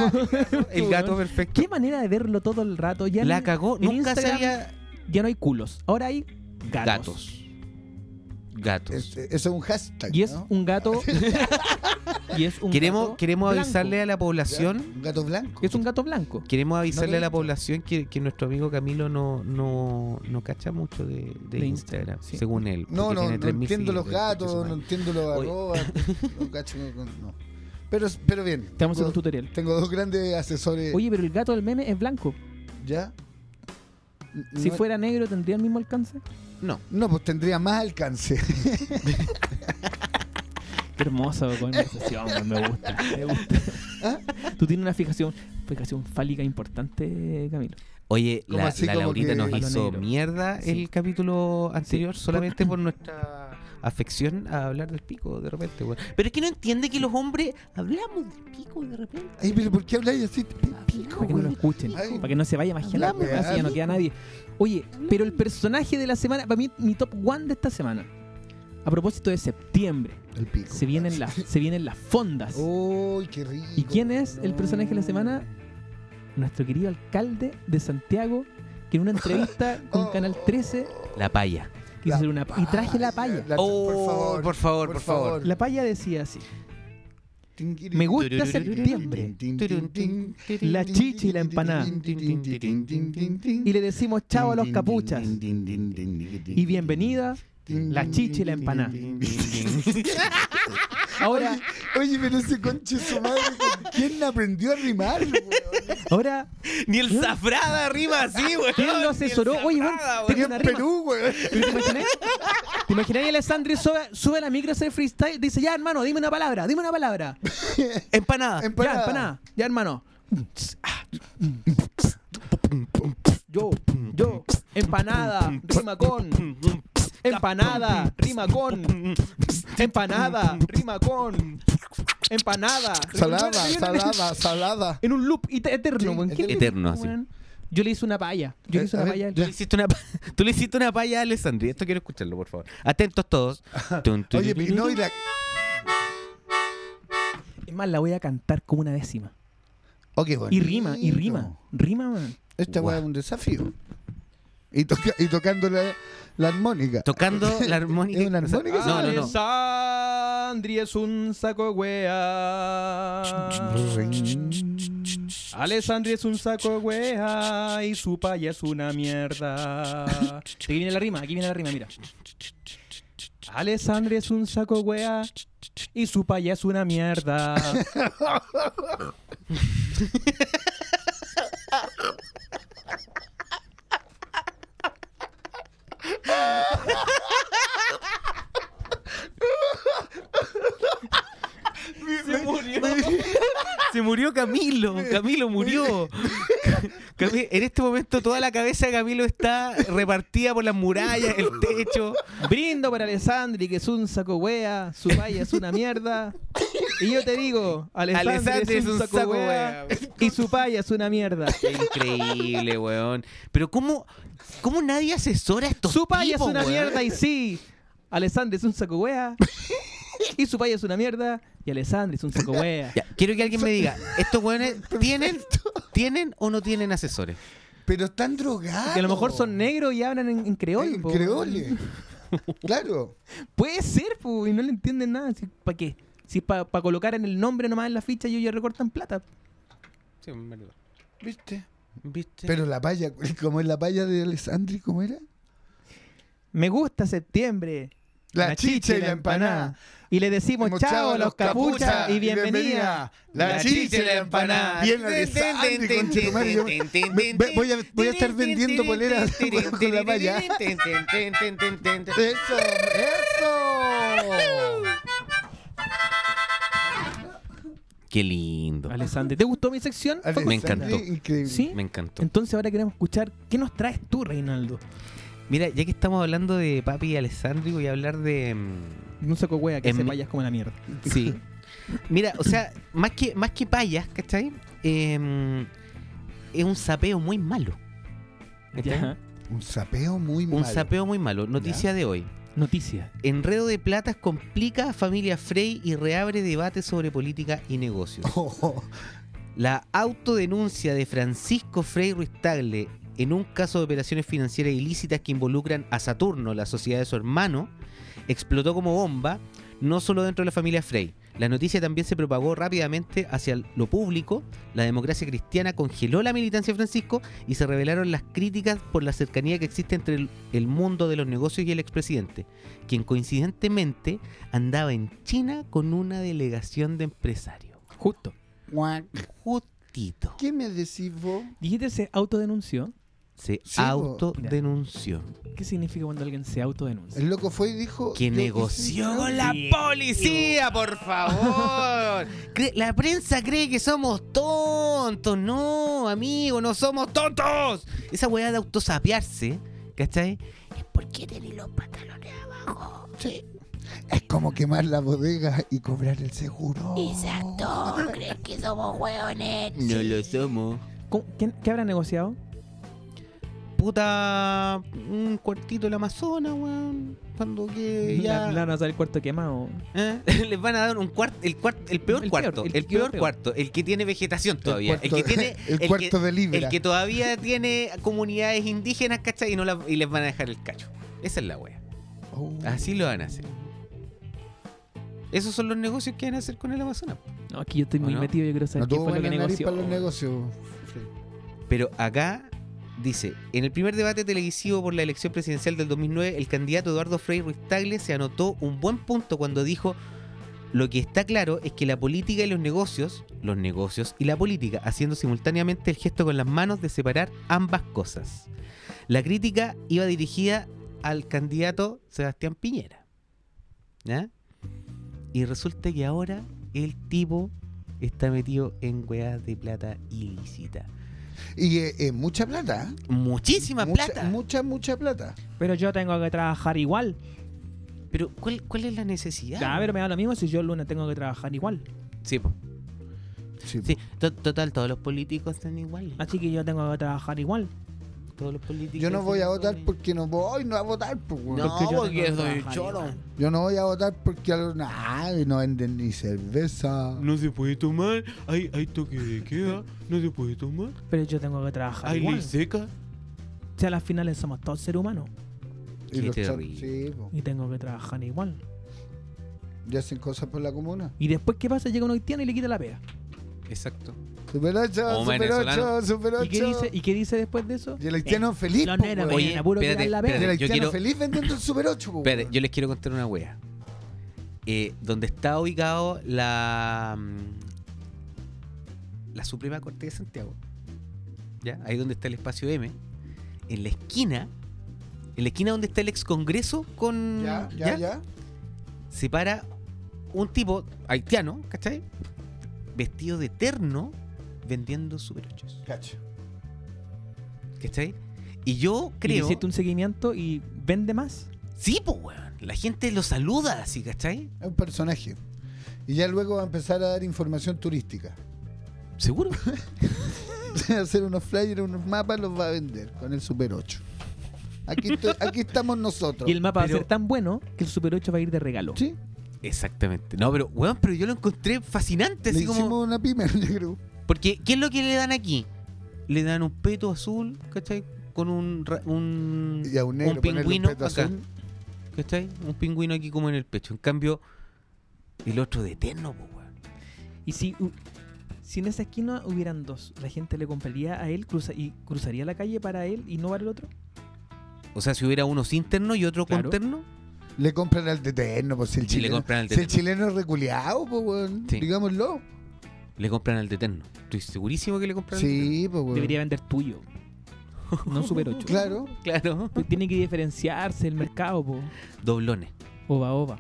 Speaker 4: el gato perfecto.
Speaker 3: Qué manera de verlo todo el rato. Ya,
Speaker 4: La
Speaker 3: en-
Speaker 4: cagó.
Speaker 3: en
Speaker 4: Nunca se
Speaker 3: Instagram
Speaker 4: había...
Speaker 3: ya no hay culos. Ahora hay gatos.
Speaker 4: Gatos. Gatos.
Speaker 1: Es- Este, Eso es un hashtag.
Speaker 3: Y es
Speaker 1: ¿no?
Speaker 3: un gato. y es un
Speaker 4: Queremos,
Speaker 3: gato
Speaker 4: queremos
Speaker 3: blanco.
Speaker 4: avisarle a la población...
Speaker 1: Un gato blanco.
Speaker 3: Es un gato blanco.
Speaker 4: Queremos
Speaker 1: lo
Speaker 4: avisarle
Speaker 1: he
Speaker 4: a la
Speaker 1: visto.
Speaker 4: población que, que nuestro amigo Camilo no, no, no cacha mucho de, de
Speaker 3: De
Speaker 4: Instagram,
Speaker 3: Instagram, sí.
Speaker 4: según él.
Speaker 1: No,
Speaker 4: porque
Speaker 1: no,
Speaker 4: tiene
Speaker 1: no
Speaker 4: 3.000
Speaker 1: entiendo los
Speaker 4: seguidores,
Speaker 1: gatos,
Speaker 4: conche su
Speaker 1: no
Speaker 4: madre.
Speaker 1: entiendo los
Speaker 4: Oye.
Speaker 1: arrobas. no cacho con- con- no. Pero, pero bien.
Speaker 3: Te vamos
Speaker 1: Tengo-
Speaker 3: a hacer un
Speaker 4: Eh.
Speaker 3: tutorial.
Speaker 1: Tengo dos grandes asesores.
Speaker 3: Oye, pero el gato del meme es blanco.
Speaker 1: ¿Ya?
Speaker 3: Si
Speaker 1: No-
Speaker 3: fuera negro, ¿tendría el mismo alcance?
Speaker 1: No, pues tendría más alcance.
Speaker 3: Qué hermoso, con obsesión, weón, me gusta, me gusta. ¿Ah? Tú tienes una fijación, fijación fálica importante, Camilo.
Speaker 4: Oye,
Speaker 1: ¿Cómo
Speaker 4: la,
Speaker 1: así
Speaker 4: la
Speaker 1: como
Speaker 4: Laurita
Speaker 1: que-
Speaker 4: nos
Speaker 3: Palo
Speaker 4: hizo
Speaker 3: negro?
Speaker 4: mierda
Speaker 3: Sí.
Speaker 4: el capítulo anterior solamente por nuestra afección a hablar del pico de repente. weón. Pero es que no entiende que los hombres hablamos del pico de repente.
Speaker 1: Ay, pero ¿por qué habláis así? Pico,
Speaker 3: Para que no lo
Speaker 1: weón.
Speaker 3: escuchen,
Speaker 1: Ay.
Speaker 3: para que no se vaya a imaginar,
Speaker 1: Hablamos,
Speaker 3: así ya no
Speaker 1: hablamos.
Speaker 3: queda nadie. Oye, pero el personaje de la semana, para mí, mi top one de esta semana. A propósito de septiembre,
Speaker 1: El pico.
Speaker 3: se vienen las, se vienen las fondas.
Speaker 1: Uy, qué rico.
Speaker 3: ¿Y quién es el personaje de la semana? Nuestro querido alcalde de Santiago, que en una entrevista con
Speaker 1: Oh.
Speaker 3: Canal 13
Speaker 4: La paya.
Speaker 3: quiso
Speaker 1: La
Speaker 3: hacer una y traje la palla.
Speaker 1: La- por favor,
Speaker 4: Oh, por favor,
Speaker 1: por
Speaker 4: por favor.
Speaker 1: favor.
Speaker 3: La palla decía así: Me gusta septiembre. La chicha y la empanada. Y
Speaker 1: Y
Speaker 3: le decimos chao a los capuchas. Y bienvenida. la chicha y la empanada. Ahora,
Speaker 1: Oye, pero ese conche su madre, ¿con ¿quién aprendió a rimar? weón?
Speaker 3: ahora,
Speaker 4: Ni el zafrada rima así, güey.
Speaker 3: ¿quién lo asesoró? Oye, weón, tengo
Speaker 1: En
Speaker 3: una rima.
Speaker 1: Perú, weón.
Speaker 3: ¿Pero ¿Te imaginas? ¿Te imaginas? Y Alessandri sube, sube a la micro, hace freestyle, dice, ya hermano, dime una palabra, dime una palabra.
Speaker 4: Empanada.
Speaker 1: Empanada.
Speaker 3: Ah, Ya, empanada. Ya, hermano. Yo, yo, empanada, rima con. Empanada, rima con. Empanada, rima con. Empanada. rima-
Speaker 1: Salada, salada, salada.
Speaker 3: En un loop et- eterno,
Speaker 1: Sí,
Speaker 3: weón. ¿Qué le-
Speaker 4: eterno, así.
Speaker 3: weón? Yo le hice una palla. Yo
Speaker 1: Eh,
Speaker 3: le hice
Speaker 1: a
Speaker 3: una
Speaker 1: ver,
Speaker 3: palla.
Speaker 4: Tú le, hiciste una, pa- tú le hiciste una paya a Alessandri. Esto quiero escucharlo, por favor. Atentos todos. Tun, tun,
Speaker 1: Oye,
Speaker 4: tun,
Speaker 1: y no, y la...
Speaker 3: Es más, la voy a cantar como una décima.
Speaker 1: Oh, qué bonito.
Speaker 3: Y rima, y rima. Rima, weón.
Speaker 1: Esta weá
Speaker 4: Guau.
Speaker 1: es un desafío. Y, toca- y tocando la, la armónica.
Speaker 4: Tocando la armónica.
Speaker 1: ¿Es una armónica?
Speaker 3: Ah,
Speaker 4: No, no, no.
Speaker 3: Alessandri es un saco de wea. Alessandri es un saco de wea y su paya es una mierda. Aquí viene la rima, aquí viene la rima, mira. Alessandri es un saco de wea y su paya es una mierda.
Speaker 4: Se murió. Se murió Camilo. Camilo murió. Cami- en este momento toda la cabeza de Camilo está repartida por las murallas, el techo.
Speaker 3: Brindo por Alessandri, que es un saco wea, su paya es una mierda. Y yo te digo, Alessandri,
Speaker 4: Alessandri
Speaker 3: es un saco, wea, y su paya es una mierda.
Speaker 4: Qué Increíble, weón. Pero ¿cómo, cómo nadie asesora a estos
Speaker 3: Su paya es
Speaker 4: tipos,
Speaker 3: una
Speaker 4: weón?
Speaker 3: mierda y sí, Alessandri es un saco wea, y su paya es una mierda, y Alessandri es un saco wea.
Speaker 4: Ya, quiero que alguien me diga, ¿estos weones tienen, tienen o no tienen asesores?
Speaker 1: Pero están drogados.
Speaker 3: Que a lo mejor son negros y hablan en, en creol.
Speaker 1: Oh. En
Speaker 3: po.
Speaker 1: creole. claro.
Speaker 3: Puede ser, po, y no le entienden nada. ¿Para qué? Si es para colocar en el nombre nomás en la ficha y ellos recortan plata.
Speaker 1: ¿Viste?
Speaker 4: ¿Viste?
Speaker 1: Pero la palla, como es la palla de Alessandri, ¿cómo era?
Speaker 3: Me gusta septiembre.
Speaker 1: La, chicha, y la empanada.
Speaker 3: Y le decimos
Speaker 1: Hemos
Speaker 3: chao a los capuchas y bienvenida.
Speaker 1: La chicha y la empanada. Bien, Alessandri, conchetumare, yo me- me- me- voy a- voy a estar vendiendo poleras con la palla. Eso, eso.
Speaker 4: Qué lindo.
Speaker 3: Alessandri, ¿te gustó mi sección?
Speaker 1: Alessandri,
Speaker 4: Me encantó.
Speaker 1: Increíble.
Speaker 3: ¿Sí?
Speaker 4: Me encantó.
Speaker 3: Entonces ahora queremos escuchar qué nos traes tú, Reinaldo.
Speaker 4: Mira, ya que estamos hablando de Papi y Alessandri, voy a hablar de. mm,
Speaker 3: No saco wea que
Speaker 4: Em-
Speaker 3: se vayas como la mierda.
Speaker 4: Sí. Mira, o sea, más que, más que payas, ¿cachai? Em, es un sapeo muy malo. ¿cachai?
Speaker 1: Un sapeo muy malo.
Speaker 4: Un sapeo muy malo. Noticia de hoy.
Speaker 3: Noticia.
Speaker 4: Enredo de platas complica a familia Frey y reabre debate sobre política y negocios.
Speaker 1: Oh, oh.
Speaker 4: La autodenuncia de Francisco Frey Ruiz Tagle en un caso de operaciones financieras ilícitas que involucran a Saturno, la sociedad de su hermano, explotó como bomba, no solo dentro de la familia Frey. La noticia también se propagó rápidamente hacia lo público, la democracia cristiana congeló la militancia de Francisco y se revelaron las críticas por la cercanía que existe entre el- el mundo de los negocios y el expresidente, quien coincidentemente andaba en China con una delegación de empresarios.
Speaker 3: Justo.
Speaker 4: Justito.
Speaker 1: ¿Qué me decís vos?
Speaker 3: Dijiste se autodenunció.
Speaker 4: Se
Speaker 1: Sí, po.
Speaker 4: autodenunció.
Speaker 3: ¿Qué significa cuando alguien se autodenuncia?
Speaker 1: El loco fue y dijo...
Speaker 4: Que
Speaker 1: yo-
Speaker 4: negoció
Speaker 1: yo-
Speaker 4: con la
Speaker 3: Bien.
Speaker 4: policía, por favor. Cre- la prensa cree que somos tontos. No, amigo, no somos tontos. Esa weá de autosapearse, ¿cachai? Es porque tenés los pantalones abajo.
Speaker 1: Sí. Es como quemar la bodega y cobrar el seguro.
Speaker 5: Exacto, creen que somos hueones.
Speaker 4: No lo somos.
Speaker 3: ¿Cómo- quién- ¿Qué habrá negociado?
Speaker 4: Puta, un cuartito del Amazonas, weón. Cuando
Speaker 1: Eh,
Speaker 4: que ya.
Speaker 3: ¿Le van a dar el cuarto quemado?
Speaker 4: ¿Eh? Les van a dar un cuarto, el, cuarto, el peor
Speaker 3: El peor,
Speaker 4: cuarto,
Speaker 3: el
Speaker 4: el,
Speaker 3: que quedó
Speaker 4: peor
Speaker 3: peor.
Speaker 4: cuarto, el que tiene vegetación todavía, el,
Speaker 1: cuarto-
Speaker 4: que tiene,
Speaker 1: el
Speaker 4: que-
Speaker 1: cuarto de libra.
Speaker 4: el que todavía tiene comunidades indígenas, ¿cachai? Y, no la- y les van a dejar el cacho. Esa es la wea.
Speaker 1: Oh.
Speaker 4: Así lo van a hacer. Esos son los negocios que van a hacer con el Amazonas.
Speaker 3: No, aquí yo estoy muy
Speaker 4: ¿O no?
Speaker 3: metido. Yo quiero
Speaker 1: No
Speaker 3: saber qué
Speaker 1: tuvo
Speaker 3: fue lo
Speaker 1: buena
Speaker 3: que
Speaker 1: nariz
Speaker 3: negoció.
Speaker 1: para los negocios. Sí.
Speaker 4: Pero acá dice, en el primer debate televisivo por la elección presidencial del 2009, el candidato Eduardo Frei Ruiz Tagle se anotó un buen punto cuando dijo, lo que está claro es que la política y los negocios, los negocios y la política, haciendo simultáneamente el gesto con las manos de separar ambas cosas. La crítica iba dirigida al candidato Sebastián Piñera. ¿Ya? Y resulta que ahora el tipo está metido en weas de plata ilícita
Speaker 1: Y eh, eh, mucha plata. ¿eh?
Speaker 4: muchísima
Speaker 1: mucha,
Speaker 4: plata.
Speaker 1: Mucha, mucha plata.
Speaker 3: Pero yo tengo que trabajar igual.
Speaker 4: Pero ¿cuál, ¿cuál es la necesidad?
Speaker 3: Ya, a ver, me da lo mismo si yo el lunes tengo que trabajar igual.
Speaker 4: Sí, po.
Speaker 1: Sí.
Speaker 4: Sí, to- total, todos los políticos están iguales.
Speaker 3: Así que yo tengo que trabajar igual.
Speaker 4: Ah, Todos los políticos
Speaker 1: Yo no
Speaker 4: son
Speaker 1: voy a
Speaker 4: iguales.
Speaker 1: votar porque no voy no a votar. Pues, weón.
Speaker 4: No,
Speaker 3: porque yo
Speaker 4: porque
Speaker 3: tengo que
Speaker 4: soy
Speaker 3: trabajar
Speaker 4: choro.
Speaker 3: igual.
Speaker 1: Yo no voy a votar porque a los- ay, no venden ni cerveza.
Speaker 6: No se puede tomar, hay, hay toque de queda, no se puede tomar,
Speaker 3: Pero yo tengo que trabajar
Speaker 6: hay ley
Speaker 3: igual.
Speaker 6: seca.
Speaker 3: Si a las finales somos todos seres humanos.
Speaker 1: Y
Speaker 4: Qué
Speaker 1: los chan-
Speaker 4: terrible.
Speaker 1: sí, po.
Speaker 3: Y tengo que trabajar igual.
Speaker 1: y hacen cosas por la comuna.
Speaker 3: Y después, ¿qué pasa? Llega un haitiano y le quita la pega.
Speaker 4: Exacto.
Speaker 1: Super 8,
Speaker 4: O
Speaker 1: super 8,
Speaker 4: venezolano.
Speaker 1: super 8.
Speaker 3: ¿Y qué dice, ¿Y qué dice después de eso?
Speaker 1: Y el haitiano feliz.
Speaker 3: Los
Speaker 1: po,
Speaker 3: negros,
Speaker 1: weón.
Speaker 3: Oye, Eh,
Speaker 4: Oye,
Speaker 3: mañana puro
Speaker 4: espérate,
Speaker 3: tirar la pega.
Speaker 1: Y el
Speaker 4: espérate, yo
Speaker 1: haitiano
Speaker 4: quiero,
Speaker 1: feliz vendiendo el super 8. po,
Speaker 4: espérate,
Speaker 1: weón.
Speaker 4: yo les quiero contar una wea. Eh, donde está ubicado la mm, la Suprema Corte de Santiago. ¿Ya? Ahí donde está el espacio M. En la esquina, en la esquina donde está el ex congreso con
Speaker 1: Ya, ya, ya.
Speaker 4: se para un tipo haitiano, ¿cachai? Vestido de terno vendiendo Super 8,
Speaker 1: Cacho.
Speaker 4: ¿cachai? Y yo
Speaker 3: Y le
Speaker 4: creo...
Speaker 3: hiciste un seguimiento y vende más.
Speaker 4: Sí, pues, weón. La gente lo saluda así, ¿cachai?
Speaker 1: Es un personaje. Y ya luego va a empezar a dar información turística.
Speaker 4: ¿Seguro?
Speaker 1: hacer unos flyers, unos mapas, los va a vender con el Super 8. Aquí, estoy- aquí estamos nosotros.
Speaker 3: Y el mapa va a
Speaker 4: Pero-
Speaker 3: ser tan bueno que el Super 8 va a ir de regalo.
Speaker 1: Sí,
Speaker 4: Exactamente. No, pero, weón, pero yo lo encontré fascinante,
Speaker 1: le
Speaker 4: así
Speaker 1: hicimos
Speaker 4: como...
Speaker 1: una pyme al negro.
Speaker 4: Porque, ¿qué es lo que le dan aquí? Le dan un peto azul, ¿cachai? Con un... ra- un...
Speaker 1: Y a un negro ponerle
Speaker 4: pingüino
Speaker 1: peto
Speaker 4: acá.
Speaker 1: azul.
Speaker 4: ¿Cachai? Un pingüino aquí como en el pecho. En cambio, el otro de terno, pues, weón.
Speaker 3: Y si, u- si en esa esquina hubieran dos, la gente le compraría a él cruza- y cruzaría la calle para él y no para el otro.
Speaker 4: O sea, si hubiera uno sin terno y otro
Speaker 3: Claro.
Speaker 4: con terno...
Speaker 1: Le compran al de terno, pues si el
Speaker 4: Y le
Speaker 1: chileno.
Speaker 4: compran al de
Speaker 1: si el
Speaker 4: terno.
Speaker 1: chileno es reculeado, pues weón.
Speaker 4: Sí.
Speaker 1: Digámoslo.
Speaker 4: Le compran al de Eterno. Estoy segurísimo que le compran al
Speaker 1: Sí, pues weón.
Speaker 3: Debería vender tuyo. No Super 8.
Speaker 1: Claro.
Speaker 4: de Eterno. Claro.
Speaker 3: Pues tiene que diferenciarse el mercado, po.
Speaker 4: Doblones.
Speaker 3: Ova, ova.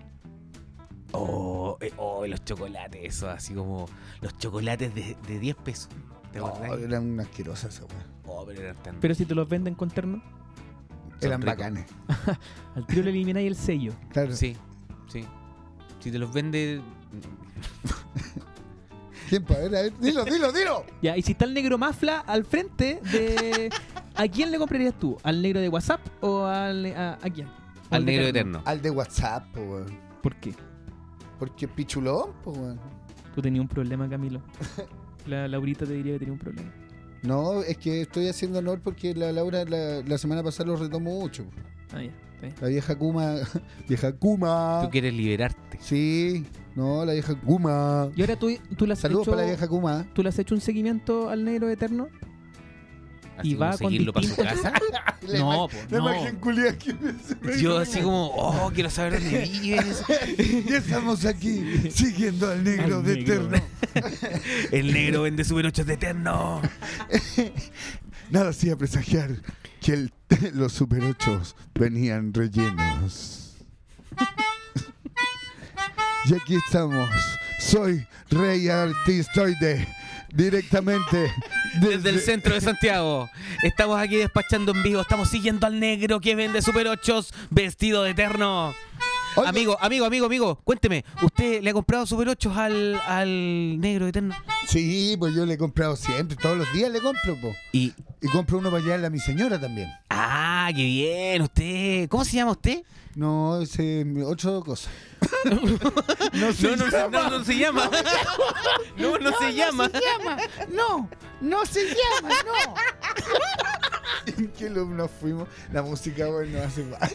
Speaker 4: Oh, eh, oh, los chocolates, eso, así como los chocolates de, de 10 pesos. ¿Te
Speaker 1: Oh,
Speaker 4: acordás?
Speaker 1: eran una asquerosa esa weón.
Speaker 4: Oh, pero eran tan.
Speaker 3: Pero si te los venden con terno,
Speaker 4: son
Speaker 1: Eran
Speaker 4: ricos.
Speaker 1: bacanes.
Speaker 3: al tiro le elimináis el sello.
Speaker 1: Claro.
Speaker 4: Sí, sí. Si te los vende.
Speaker 1: ¿Quién para ver? A ver, Dilo, dilo, dilo.
Speaker 3: Ya, y si está el negro mafla al frente de. ¿A quién le comprarías tú? ¿Al negro de WhatsApp o al, a, a quién? ¿O
Speaker 4: Al
Speaker 3: de
Speaker 4: negro
Speaker 3: terno?
Speaker 4: eterno.
Speaker 1: Al de WhatsApp, pues weón.
Speaker 3: ¿Por qué?
Speaker 1: Porque es pichulón, pues weón.
Speaker 3: Tú tenías un problema, Camilo. La Laurita te diría que tenía un problema.
Speaker 1: No, es que estoy haciendo honor porque la Laura la, la semana pasada lo retomó mucho.
Speaker 3: Ah, ya, está bien.
Speaker 1: La vieja Kuma. vieja Kuma.
Speaker 4: Tú quieres liberarte.
Speaker 1: Sí, no, la vieja Kuma.
Speaker 3: Y ahora tú, tú le has
Speaker 1: Saludos
Speaker 3: hecho,
Speaker 1: para la vieja Kuma.
Speaker 3: ¿Tú le has hecho un seguimiento al negro eterno?
Speaker 4: así
Speaker 3: Y
Speaker 4: como
Speaker 3: va con
Speaker 4: seguirlo para su
Speaker 3: distintos-
Speaker 4: casa.
Speaker 1: La
Speaker 3: No,
Speaker 1: imagen-
Speaker 3: po,
Speaker 1: La
Speaker 3: no.
Speaker 1: imagen culiada que me se me
Speaker 4: Yo
Speaker 1: hizo.
Speaker 4: así como, oh, quiero saber dónde vives.
Speaker 1: Ya estamos aquí, siguiendo al negro
Speaker 3: Al
Speaker 1: de
Speaker 3: negro.
Speaker 1: Eterno.
Speaker 4: El negro vende super 8 de eterno.
Speaker 1: Nada hacía presagiar que el- los Super 8 venían rellenos. Y aquí estamos. Soy Rey Artistoide, directamente
Speaker 4: Desde el centro de Santiago. Estamos aquí despachando en vivo. Estamos siguiendo al negro que vende super 8 vestido de eterno.
Speaker 1: Oiga,
Speaker 4: Amigo, amigo, amigo, amigo, cuénteme, ¿usted le ha comprado Super 8 al, al negro de eterno?
Speaker 1: Sí, pues yo le he comprado siempre, todos los días le compro, po.
Speaker 4: Y.
Speaker 1: Y compro uno para llevarle a mi señora también.
Speaker 4: ¡Ah, qué bien! Usted. ¿Cómo se llama usted?
Speaker 1: No, ese otra cosa.
Speaker 4: No, no, no, no, no se llama. No, no, se llama.
Speaker 2: No, no se llama, no.
Speaker 1: ¿En qué lo- nos fuimos? La música, bueno, nos hace mal.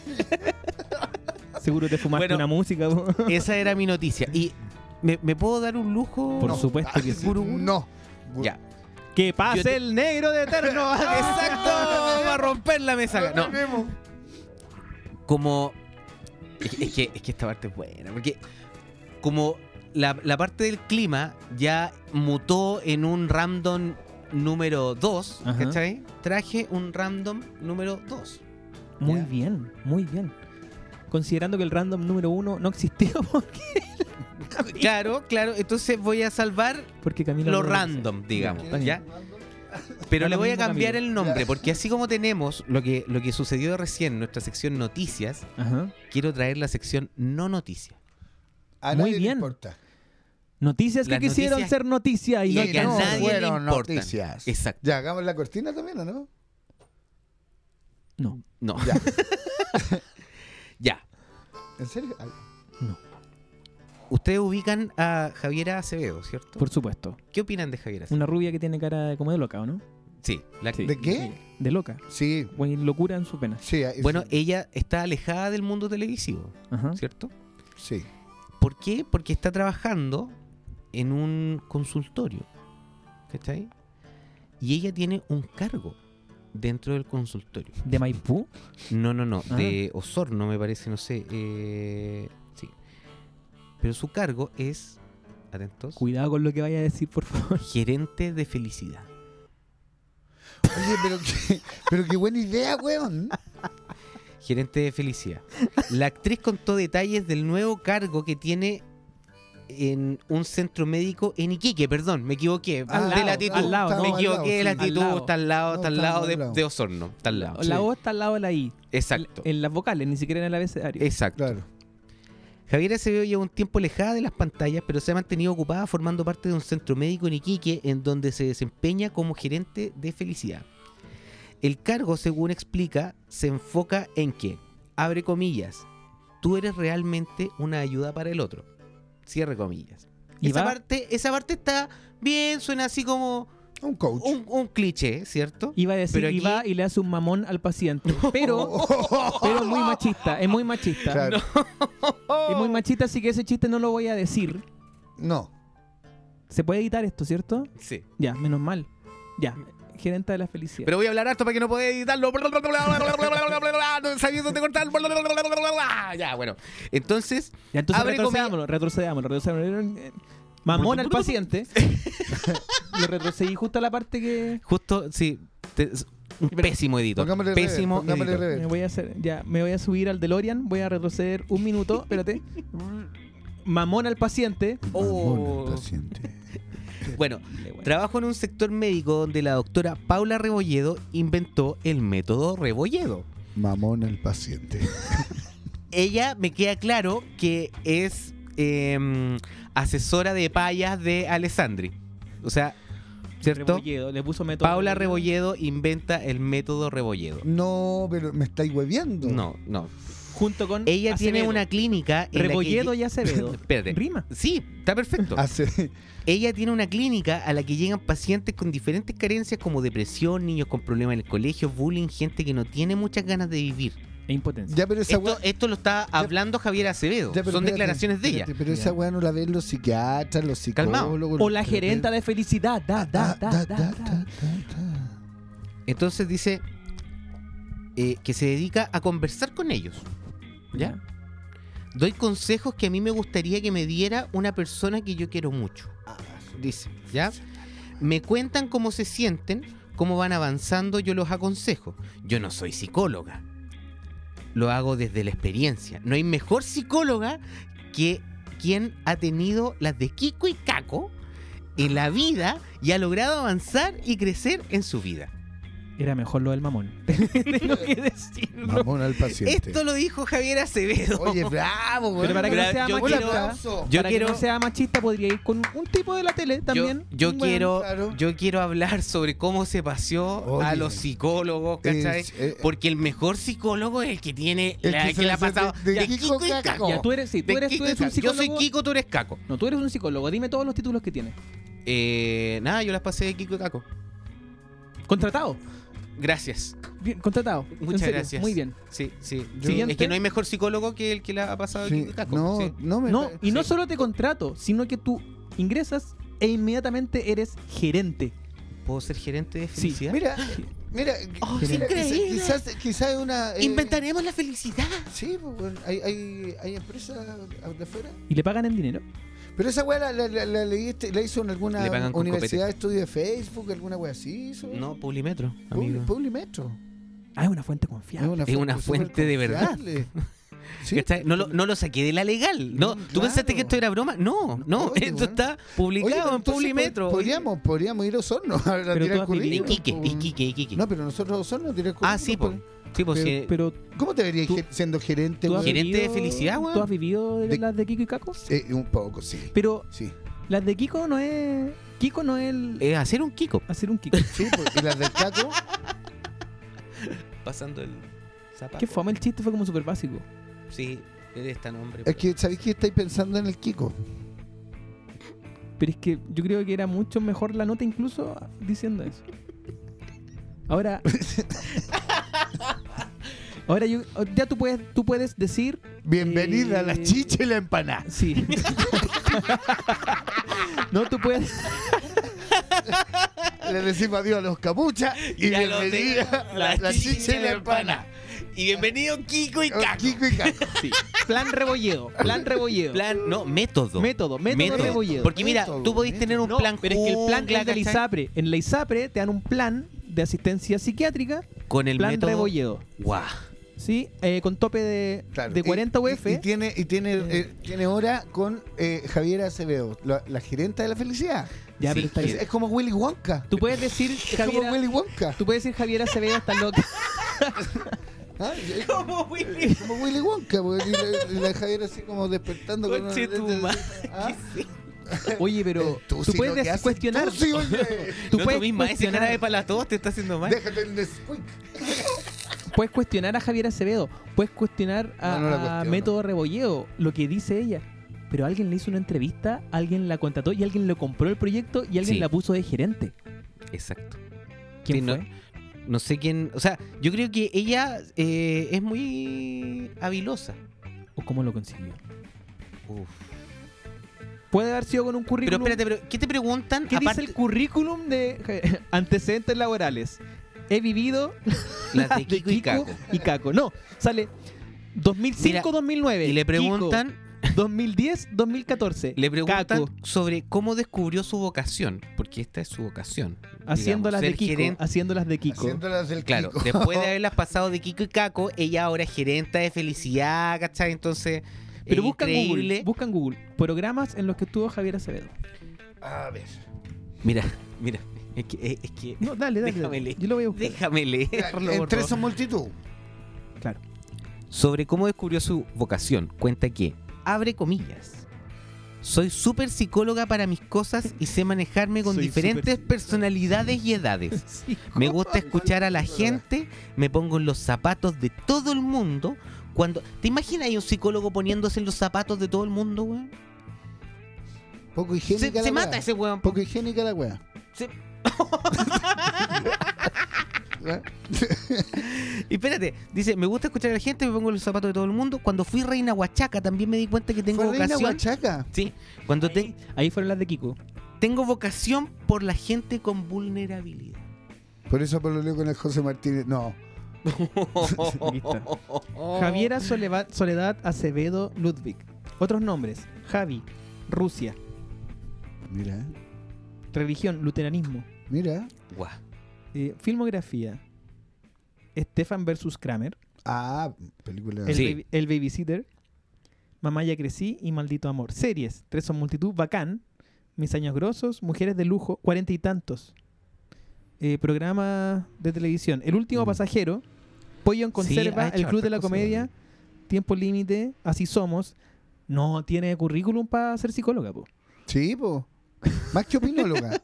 Speaker 3: Seguro te fumaste
Speaker 4: Bueno.
Speaker 3: una música. po.
Speaker 4: Esa era mi noticia. ¿Y me, me puedo dar un lujo?
Speaker 3: Por
Speaker 1: No.
Speaker 3: supuesto que sí.
Speaker 1: No.
Speaker 4: Ya.
Speaker 3: Que
Speaker 4: Yo
Speaker 3: pase
Speaker 4: te-
Speaker 3: el negro de eterno.
Speaker 4: ¡Exacto! Va a romper la mesa. No,
Speaker 1: Volvemos.
Speaker 4: como. Es que, es que, es que esta parte es buena, porque como la, la parte del clima ya mutó en un random número 2,
Speaker 3: Ajá.
Speaker 4: ¿cachai? Traje un random número 2.
Speaker 3: Muy
Speaker 4: Ya.
Speaker 3: bien, muy bien. Considerando que el random número uno no existió porque,
Speaker 4: Claro, claro, entonces voy a salvar
Speaker 3: porque Camilo.
Speaker 4: lo
Speaker 3: no
Speaker 4: random, digamos,
Speaker 3: Está bien.
Speaker 4: ¿ya? Pero
Speaker 3: Da
Speaker 4: le
Speaker 3: lo
Speaker 4: voy a
Speaker 3: mismo,
Speaker 4: cambiar
Speaker 3: Camilo.
Speaker 4: el nombre, porque así como tenemos lo que, lo que sucedió recién, nuestra sección noticias,
Speaker 3: Ajá.
Speaker 4: quiero traer la sección no noticia.
Speaker 1: A
Speaker 3: Muy
Speaker 1: nadie le
Speaker 3: bien.
Speaker 1: importa.
Speaker 3: Noticias
Speaker 4: Las
Speaker 3: que quisieron
Speaker 4: noticias-
Speaker 3: ser noticia y,
Speaker 4: Y
Speaker 3: no
Speaker 4: que a
Speaker 3: alcanzaron.
Speaker 4: nadie le
Speaker 1: fueron
Speaker 4: importan.
Speaker 1: noticias.
Speaker 4: Exacto.
Speaker 1: Ya, hagamos la cortina también, ¿o no?
Speaker 3: No,
Speaker 4: No.
Speaker 1: Ya.
Speaker 4: ya.
Speaker 1: ¿En serio? Ay,
Speaker 4: Ustedes ubican a Javiera Acevedo, ¿cierto?
Speaker 3: por supuesto.
Speaker 4: ¿Qué opinan de Javiera Acevedo?
Speaker 3: Una rubia que tiene cara de- como de loca, ¿o no?
Speaker 4: Sí, la
Speaker 3: Sí.
Speaker 1: ¿De qué?
Speaker 3: De loca.
Speaker 1: Sí,
Speaker 3: Güey, locura en su pena.
Speaker 1: sí. ahí-
Speaker 4: Bueno, eh,
Speaker 1: sí,
Speaker 4: ella está alejada del mundo televisivo,
Speaker 3: Ajá.
Speaker 4: ¿cierto?
Speaker 1: sí.
Speaker 4: ¿Por qué? Porque está trabajando en un consultorio, ¿cachai? Y ella tiene un cargo dentro del consultorio.
Speaker 3: De Maipú.
Speaker 4: No, no, no,
Speaker 3: Ah.
Speaker 4: de Osorno me parece, no sé. eh, sí. Pero su cargo es, atentos,
Speaker 3: Cuidado con lo que vaya a decir, por favor.
Speaker 4: gerente de felicidad.
Speaker 1: Oye, pero qué, pero qué buena idea, weón.
Speaker 4: gerente de felicidad. La actriz contó detalles del nuevo cargo que tiene en un centro médico en Iquique, perdón, me equivoqué.
Speaker 1: Al lado,
Speaker 4: de la latitud.
Speaker 3: al lado,
Speaker 4: me
Speaker 3: no,
Speaker 1: al
Speaker 4: equivoqué
Speaker 1: lado,
Speaker 4: de la
Speaker 1: sí.
Speaker 4: latitud,
Speaker 3: Al lado.
Speaker 4: está al lado,
Speaker 1: No,
Speaker 4: está al
Speaker 1: estamos
Speaker 4: lado
Speaker 1: al
Speaker 4: de,
Speaker 1: lado.
Speaker 4: de Osorno, está al lado.
Speaker 3: La
Speaker 1: Sí.
Speaker 3: O está al lado de la I.
Speaker 4: Exacto.
Speaker 3: En las vocales, ni siquiera en el abecedario.
Speaker 4: Exacto.
Speaker 1: Claro.
Speaker 4: Javiera Acevedo lleva un tiempo alejada de las pantallas, pero se ha mantenido ocupada formando parte de un centro médico en Iquique, en donde se desempeña como gerente de felicidad. El cargo, según explica, se enfoca en que, abre comillas, tú eres realmente una ayuda para el otro. Cierre comillas.
Speaker 3: y
Speaker 4: esa,
Speaker 3: va
Speaker 4: parte, esa parte está bien, suena así como
Speaker 1: Un coach.
Speaker 4: un, un cliché, ¿cierto?
Speaker 3: Iba a decir,
Speaker 4: Pero
Speaker 3: y
Speaker 4: aquí-
Speaker 3: va y le hace un mamón al paciente. Pero, pero muy machista, es muy machista.
Speaker 1: Claro.
Speaker 3: Es muy machista, así que ese chiste no lo voy a decir.
Speaker 1: No.
Speaker 3: Se puede editar esto, ¿cierto?
Speaker 4: Sí.
Speaker 3: Ya, menos mal. Ya, gerente de la felicidad.
Speaker 4: Pero voy a hablar harto para que no pueda editarlo. No sabía dónde cortar. Ya, bueno. Entonces,
Speaker 3: ya, entonces
Speaker 4: abre
Speaker 3: retrocedámoslo, retrocedámoslo, retrocedámoslo. Eh, Mamón al paciente. lo retrocedí justo a la parte que
Speaker 4: justo, sí. te- es un pésimo editor.
Speaker 1: Pongámosle revés,
Speaker 4: pésimo
Speaker 1: pongámosle
Speaker 4: editor.
Speaker 1: revés.
Speaker 3: me voy a hacer. Ya, me voy a subir al DeLorean, voy a retroceder un minuto, espérate. Mamón al paciente.
Speaker 4: Oh.
Speaker 1: Mamón, paciente.
Speaker 4: Bueno,
Speaker 3: Le voy a-
Speaker 4: trabajo en un sector médico donde la doctora Paula Rebolledo inventó el método Rebolledo.
Speaker 1: Mamón el paciente.
Speaker 4: Ella me queda claro que es eh, asesora de payas de Alessandri. O sea, ¿cierto?
Speaker 3: Rebolledo, le puso método.
Speaker 4: Paula Rebolledo inventa el método Rebolledo.
Speaker 1: No, pero me estáis hueviando.
Speaker 4: No, no.
Speaker 3: Junto con.
Speaker 4: Ella tiene
Speaker 3: Acevedo.
Speaker 4: una clínica. en la que
Speaker 3: Rebolledo
Speaker 4: lle-
Speaker 3: y Acevedo.
Speaker 4: Espérate.
Speaker 3: Rima.
Speaker 4: Sí, está perfecto.
Speaker 1: Hace,
Speaker 4: Ella tiene una clínica a la que llegan pacientes con diferentes carencias como depresión, niños con problemas en el colegio, bullying, gente que no tiene muchas ganas de vivir.
Speaker 3: E impotencia.
Speaker 1: ya, pero esa
Speaker 4: Esto,
Speaker 1: weá-
Speaker 4: esto lo está hablando Javier Acevedo.
Speaker 1: ya, pero
Speaker 4: Son
Speaker 1: espérate,
Speaker 4: declaraciones de ella.
Speaker 1: espérate, pero esa weá no la ven los psiquiatras, los
Speaker 4: Calmao.
Speaker 1: psicólogos.
Speaker 4: Ah,
Speaker 3: O la gerenta de felicidad. Da, da, da, da, da.
Speaker 4: Entonces dice eh, que se dedica a conversar con ellos. ¿Ya? Doy consejos que a mí me gustaría que me diera una persona que yo quiero mucho. Dice, ¿ya? Me cuentan cómo se sienten, cómo van avanzando, yo los aconsejo. Yo no soy psicóloga. Lo hago desde la experiencia. No hay mejor psicóloga que quien ha tenido las de Kiko y Caco en la vida y ha logrado avanzar y crecer en su vida.
Speaker 3: Era mejor lo del mamón. Tengo que decirlo.
Speaker 1: Mamón al paciente.
Speaker 4: Esto lo dijo Javier Acevedo.
Speaker 1: Oye, bravo, weón.
Speaker 3: Pero para que no
Speaker 4: Gra-
Speaker 3: sea
Speaker 4: yo
Speaker 1: Un
Speaker 4: quiero-
Speaker 3: machista,
Speaker 1: aplauso.
Speaker 4: yo
Speaker 3: para que
Speaker 4: quiero-
Speaker 3: no sea machista, podría ir con un tipo de la tele también.
Speaker 4: Yo, yo
Speaker 3: un weón.
Speaker 4: quiero,
Speaker 1: claro.
Speaker 4: yo quiero hablar sobre cómo se paseó a
Speaker 1: Oye.
Speaker 4: los psicólogos, ¿cachai?
Speaker 1: Es- eh,
Speaker 4: Porque el mejor psicólogo es el que tiene
Speaker 1: El
Speaker 4: la,
Speaker 1: que se
Speaker 4: el que le
Speaker 1: la
Speaker 4: ha pasado.
Speaker 1: hace de- de
Speaker 4: Ya,
Speaker 1: Kiko
Speaker 4: Kiko y
Speaker 1: Caco.
Speaker 4: Caco.
Speaker 3: Ya, tú eres, sí, tú
Speaker 4: De
Speaker 3: eres,
Speaker 4: Kiko
Speaker 3: tú
Speaker 4: y
Speaker 3: eres un
Speaker 4: Caco. Yo
Speaker 3: psicólogo.
Speaker 4: soy Kiko, tú eres Caco.
Speaker 3: No, tú eres un psicólogo. Dime todos los títulos que tienes.
Speaker 4: Eh, nada, yo las pasé de Kiko y Caco.
Speaker 3: Contratado.
Speaker 4: Gracias.
Speaker 3: Bien, contratado. En
Speaker 4: Muchas
Speaker 3: serio,
Speaker 4: gracias.
Speaker 3: Muy bien.
Speaker 4: Sí, sí.
Speaker 3: Yo-
Speaker 4: Sí, es
Speaker 3: Siguiente.
Speaker 4: que no hay mejor psicólogo que el que la ha pasado de
Speaker 1: sí,
Speaker 4: Kiko y Caco.
Speaker 1: no,
Speaker 4: sí.
Speaker 1: no me
Speaker 3: No, y no
Speaker 1: sí.
Speaker 3: solo te contrato, sino que tú ingresas e inmediatamente eres gerente.
Speaker 4: ¿Puedo ser gerente de
Speaker 3: Sí.
Speaker 4: felicidad?
Speaker 1: Mira, mira,
Speaker 4: Oh,
Speaker 1: mira,
Speaker 4: es increíble.
Speaker 1: quizás quizás- quizás es una eh,
Speaker 4: Inventaremos la felicidad.
Speaker 1: Sí, pues, weón, hay, hay, hay empresas de afuera.
Speaker 3: ¿Y le pagan en dinero?
Speaker 1: Pero esa weá la, la, la, la leíste, la hizo en alguna
Speaker 4: Le pagan con
Speaker 1: universidad de estudio de Facebook, alguna weá así hizo.
Speaker 4: No, Publimetro, amigo.
Speaker 1: Publi- Publimetro.
Speaker 3: Ah, es una fuente confiable.
Speaker 1: una,
Speaker 4: Es una fuente de verdad.
Speaker 1: superconfiable. Sí,
Speaker 4: ¿Cachai? No, lo, no lo saqué de la legal. No,
Speaker 1: Mm,
Speaker 4: ¿Tú pensaste
Speaker 1: claro.
Speaker 4: que esto era broma? No, no.
Speaker 1: Oye,
Speaker 4: esto
Speaker 1: bueno.
Speaker 4: está
Speaker 1: Oye,
Speaker 4: publicado
Speaker 1: pero
Speaker 4: en
Speaker 1: entonces
Speaker 4: Publimetro.
Speaker 1: pod- Podríamos, podríamos ir a Osorno a
Speaker 3: Pero tú
Speaker 1: tirar
Speaker 3: has
Speaker 4: Oye,
Speaker 1: currículum.
Speaker 4: Iquique,
Speaker 1: po, weón.
Speaker 4: Iquique, Iquique.
Speaker 1: No, pero nosotros a Osorno tirar
Speaker 4: ah,
Speaker 1: currículum,
Speaker 4: sí, pues. Sí, pues.
Speaker 1: pero-
Speaker 4: sí.
Speaker 3: Pero
Speaker 1: ¿Cómo te verías
Speaker 3: Tú-
Speaker 1: ge- siendo gerente?
Speaker 3: tú has
Speaker 1: weón?
Speaker 4: gerente de
Speaker 3: vivido-
Speaker 4: felicidad, weón.
Speaker 3: ¿Tú has vivido de
Speaker 1: De-
Speaker 3: las de Kiko y Caco?
Speaker 1: Eh, un poco, sí.
Speaker 3: Pero
Speaker 1: Sí,
Speaker 3: las de Kiko no es. Kiko no es el-
Speaker 4: Eh, hacer un Kiko.
Speaker 3: hacer un Kiko.
Speaker 1: sí pues, y las del Caco,
Speaker 4: Pasando el zapato.
Speaker 3: Qué fome el chiste, fue como súper básico.
Speaker 4: Sí, este eres tan hombre.
Speaker 1: es que sabéis que estáis pensando en el Kiko.
Speaker 3: Pero es que yo creo que era mucho mejor la nota incluso diciendo eso. Ahora. Ahora yo, ya tú puedes, tú puedes decir.
Speaker 1: Bienvenida a la
Speaker 3: Eh,
Speaker 1: chicha y la empanada.
Speaker 3: Sí. no, tú puedes.
Speaker 1: Le decimos adiós a los capuchas y,
Speaker 4: a los de-
Speaker 1: bienvenida a la, chicha y la empanada.
Speaker 4: Y bienvenido Kiko y Caco.
Speaker 1: Kiko y Caco.
Speaker 3: Sí. Plan rebolledo. Plan rebolledo.
Speaker 4: Plan, no, método.
Speaker 3: método, método,
Speaker 4: Método.
Speaker 3: rebolledo.
Speaker 4: Porque mira,
Speaker 1: Método,
Speaker 4: tú podés tener un
Speaker 3: No,
Speaker 4: plan
Speaker 3: pero es que el plan
Speaker 4: jungla,
Speaker 3: es de la
Speaker 4: ¿cachai?
Speaker 3: ISAPRE. En la ISAPRE te dan un plan de asistencia psiquiátrica,
Speaker 4: con el
Speaker 3: plan
Speaker 4: método.
Speaker 3: rebolledo.
Speaker 4: Guau.
Speaker 3: ¿Sí? Eh, con tope de,
Speaker 1: Claro,
Speaker 3: de
Speaker 1: y-
Speaker 3: 40 UF.
Speaker 1: Y,
Speaker 4: E.
Speaker 1: y tiene, y tiene,
Speaker 3: Eh.
Speaker 1: eh, tiene hora con eh, Javiera Acevedo, la, la gerenta de la felicidad.
Speaker 3: ya,
Speaker 4: sí,
Speaker 3: pero está
Speaker 1: Es,
Speaker 3: bien.
Speaker 1: es como Willy Wonka.
Speaker 3: Tú puedes decir,
Speaker 1: Es como
Speaker 3: Javiera,
Speaker 1: Willy Wonka.
Speaker 3: tú puedes decir Javier Acevedo está loca.
Speaker 1: ¿Ah? Es como Willy Wonka. porque y la, y la Javiera así como despertando. con
Speaker 4: Conche
Speaker 1: una-
Speaker 4: tu madre.
Speaker 1: ¿Ah?
Speaker 3: Oye, pero
Speaker 1: Eh,
Speaker 3: tú,
Speaker 1: sí lo
Speaker 3: puedes
Speaker 1: que
Speaker 3: des-
Speaker 1: haces,
Speaker 3: cuestionar.
Speaker 1: Tú sí, oye.
Speaker 3: tú
Speaker 4: no, tú
Speaker 3: puedes
Speaker 4: misma, ese
Speaker 3: cuestionar-
Speaker 4: cara de palatos te está haciendo mal.
Speaker 1: Déjate el Nesquik.
Speaker 3: Puedes cuestionar a Javier Acevedo, puedes cuestionar a,
Speaker 1: No, no la
Speaker 3: a
Speaker 1: cuestiono.
Speaker 3: Método Rebolleo, lo que dice ella. Pero alguien le hizo una entrevista, alguien la contrató y alguien le compró el proyecto y alguien
Speaker 4: Sí.
Speaker 3: la puso de gerente.
Speaker 4: Exacto.
Speaker 3: ¿Quién
Speaker 4: Sí, no-
Speaker 3: fue?
Speaker 4: No sé quién. O sea, yo creo que ella eh, es muy habilosa.
Speaker 3: ¿O cómo lo consiguió?
Speaker 4: Uf.
Speaker 3: Puede haber sido con un
Speaker 4: Pero
Speaker 3: currículum.
Speaker 4: espérate, pero ¿qué te preguntan?
Speaker 3: ¿Qué
Speaker 4: Aparte,
Speaker 3: dice el currículum de antecedentes laborales? He vivido
Speaker 4: las de Kiko y Caco.
Speaker 3: y Caco. No, sale 2005-2009.
Speaker 4: Y le preguntan,
Speaker 3: 2010-2014.
Speaker 4: le preguntan
Speaker 3: Caco,
Speaker 4: sobre cómo descubrió su vocación, porque esta es su vocación.
Speaker 3: haciendo
Speaker 4: digamos,
Speaker 3: las de
Speaker 4: ser
Speaker 3: Kiko.
Speaker 4: gerente-
Speaker 3: Haciendo las de Kiko.
Speaker 1: Haciéndolas del
Speaker 4: Claro,
Speaker 1: Kiko.
Speaker 4: después de haberlas pasado de Kiko y Caco, ella ahora es gerenta de felicidad, ¿cachai? Entonces,
Speaker 3: Pero
Speaker 4: es
Speaker 3: buscan Google,
Speaker 4: increíble.
Speaker 3: buscan Google. Programas en los que estuvo Javier Acevedo.
Speaker 1: A ver.
Speaker 4: Mira, mira, es que, es- es que-
Speaker 3: No, dale, dale.
Speaker 4: Déjame
Speaker 3: dale.
Speaker 4: leer.
Speaker 3: Yo lo voy a buscar.
Speaker 4: déjame leerlo. por
Speaker 1: Entre
Speaker 4: favor.
Speaker 1: son multitud.
Speaker 3: Claro.
Speaker 4: Sobre cómo descubrió su vocación, cuenta que, abre comillas, soy súper psicóloga para mis cosas y sé manejarme con
Speaker 3: Soy
Speaker 4: diferentes personalidades y edades.
Speaker 3: Sí.
Speaker 4: Me gusta escuchar a la gente, me pongo en los zapatos de todo el mundo. Cuando, ¿Te imaginas ahí un psicólogo poniéndose en los zapatos de todo el mundo, weón?
Speaker 1: Poco
Speaker 4: Se,
Speaker 1: higiénica
Speaker 4: se
Speaker 1: la
Speaker 4: mata
Speaker 1: weá.
Speaker 4: ese weón.
Speaker 1: Poco higiénica la weá.
Speaker 4: Se-
Speaker 1: ¿Ah?
Speaker 4: Y espérate, dice, me gusta escuchar a la gente, me pongo en los zapatos de todo el mundo. Cuando fui reina huachaca también me di cuenta que tengo
Speaker 1: ¿Fue reina
Speaker 4: vocación.
Speaker 1: Huachaca?
Speaker 4: sí, cuando te-
Speaker 3: Ahí fueron las de Kiko.
Speaker 4: tengo vocación por la gente con vulnerabilidad.
Speaker 1: Por eso pololeo con el José Martínez. No.
Speaker 4: Oh,
Speaker 3: Javiera Soleva- Soledad Acevedo Ludwig. Otros nombres: Javi, Rusia,
Speaker 1: Mira,
Speaker 3: religión, luteranismo,
Speaker 1: mira.
Speaker 4: Guau.
Speaker 3: eh, filmografía. Stefan versus Kramer,
Speaker 1: Ah, película.
Speaker 3: el,
Speaker 4: Sí.
Speaker 3: baby- el Babysitter, Mamá ya crecí y Maldito Amor. Series: Tres son multitud, Bacán, Mis años grosos, Mujeres de lujo, Cuarenta y tantos. Eh, programa de televisión: El último
Speaker 4: Mm.
Speaker 3: pasajero, Pollo en
Speaker 4: ha
Speaker 3: conserva,
Speaker 4: hecho
Speaker 3: El Club de
Speaker 4: hartas
Speaker 3: la
Speaker 4: cosas,
Speaker 3: comedia, Tiempo límite, Así somos. No tiene currículum para ser psicóloga, po.
Speaker 1: Sí, po. Más que opinóloga.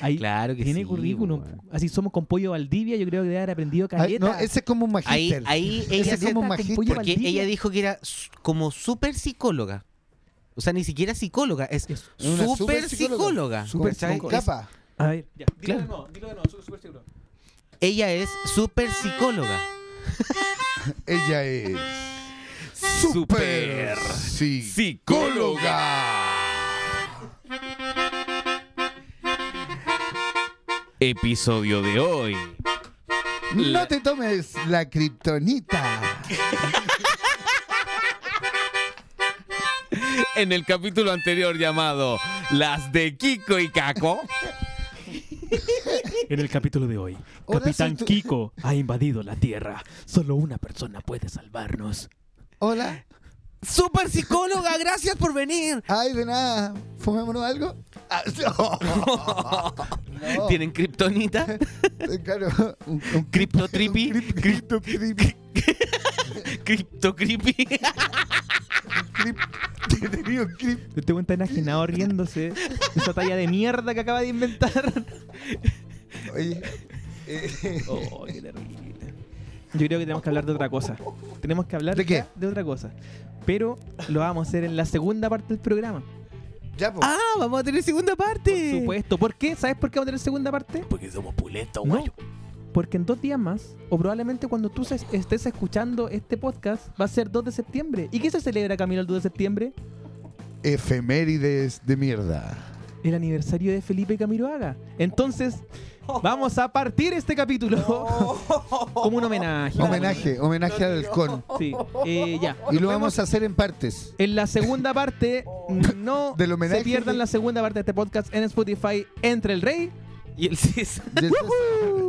Speaker 3: Ahí
Speaker 4: Claro que
Speaker 3: tiene
Speaker 4: sí,
Speaker 3: currículum.
Speaker 4: weón.
Speaker 3: Así somos con Pollo Valdivia, yo creo que debe haber aprendido
Speaker 1: Ay,
Speaker 3: caleta.
Speaker 1: no, ese es como un
Speaker 4: Ahí,
Speaker 1: magíster.
Speaker 4: ahí
Speaker 1: Ese
Speaker 4: ella,
Speaker 1: es como un
Speaker 3: Caleta con
Speaker 1: magíster.
Speaker 3: pollo
Speaker 4: porque
Speaker 3: Valdivia.
Speaker 4: ella dijo que era s- como súper psicóloga. O sea, ni siquiera psicóloga, es
Speaker 3: Es-
Speaker 1: Es una
Speaker 4: súper psicóloga.
Speaker 1: Súper
Speaker 4: ¿Cachai?
Speaker 1: con
Speaker 4: Es-
Speaker 1: capa.
Speaker 3: A ver, ya, dilo
Speaker 4: Claro.
Speaker 3: de nuevo, dilo de nuevo, su- super seguro.
Speaker 4: Ella es súper psicóloga.
Speaker 1: Ella es.
Speaker 4: Súper
Speaker 6: Episodio de hoy.
Speaker 1: No te tomes la kriptonita.
Speaker 6: En el capítulo anterior llamado Las de Kiko y Caco.
Speaker 3: En el capítulo de hoy,
Speaker 1: Hola,
Speaker 3: Capitán
Speaker 1: soy tu-
Speaker 3: Kiko ha invadido la Tierra. Solo una persona puede salvarnos.
Speaker 1: Hola.
Speaker 4: ¡Súper psicóloga! ¡Gracias por venir!
Speaker 1: Ay, de nada. ¿Fumémonos algo? Ah, no. No.
Speaker 4: ¿Tienen kriptonita?
Speaker 1: Claro. Un, un
Speaker 4: ¿Cripto trippy?
Speaker 1: crip- cripto creepy.
Speaker 4: ¿Cripto creepy?
Speaker 1: Crip- Te tenía un crip-
Speaker 3: Este weón está enajenado riéndose de esa talla de mierda que acaba de inventar.
Speaker 1: Oye. eh,
Speaker 3: Oh, qué terrible. Yo creo que tenemos que hablar de otra cosa. Tenemos que hablar
Speaker 1: ¿De qué?
Speaker 3: ya de otra cosa. Pero lo vamos a hacer en la segunda parte del programa.
Speaker 1: ya, po.
Speaker 4: ¡Ah! ¡Vamos a tener segunda parte!
Speaker 3: Por supuesto. ¿Por qué? ¿Sabes por qué vamos a tener segunda parte?
Speaker 6: Porque somos puletos,
Speaker 3: No, porque en dos días más, o probablemente cuando tú se- estés escuchando este podcast, va a ser 2 de septiembre. ¿Y qué se celebra, Camilo, el 2 de septiembre?
Speaker 1: Efemérides de mierda.
Speaker 3: El aniversario de Felipe Camiroaga. Entonces, vamos a partir este capítulo como un homenaje.
Speaker 1: Homenaje, homenaje al halcón.
Speaker 3: Sí, eh, ya.
Speaker 1: Y lo vamos a hacer en partes.
Speaker 3: En la segunda parte, no
Speaker 1: Del homenaje
Speaker 3: se pierdan
Speaker 1: de-
Speaker 3: la segunda parte de este podcast en Spotify, Entre el Rey
Speaker 4: Y el CIS.
Speaker 1: Ya estás-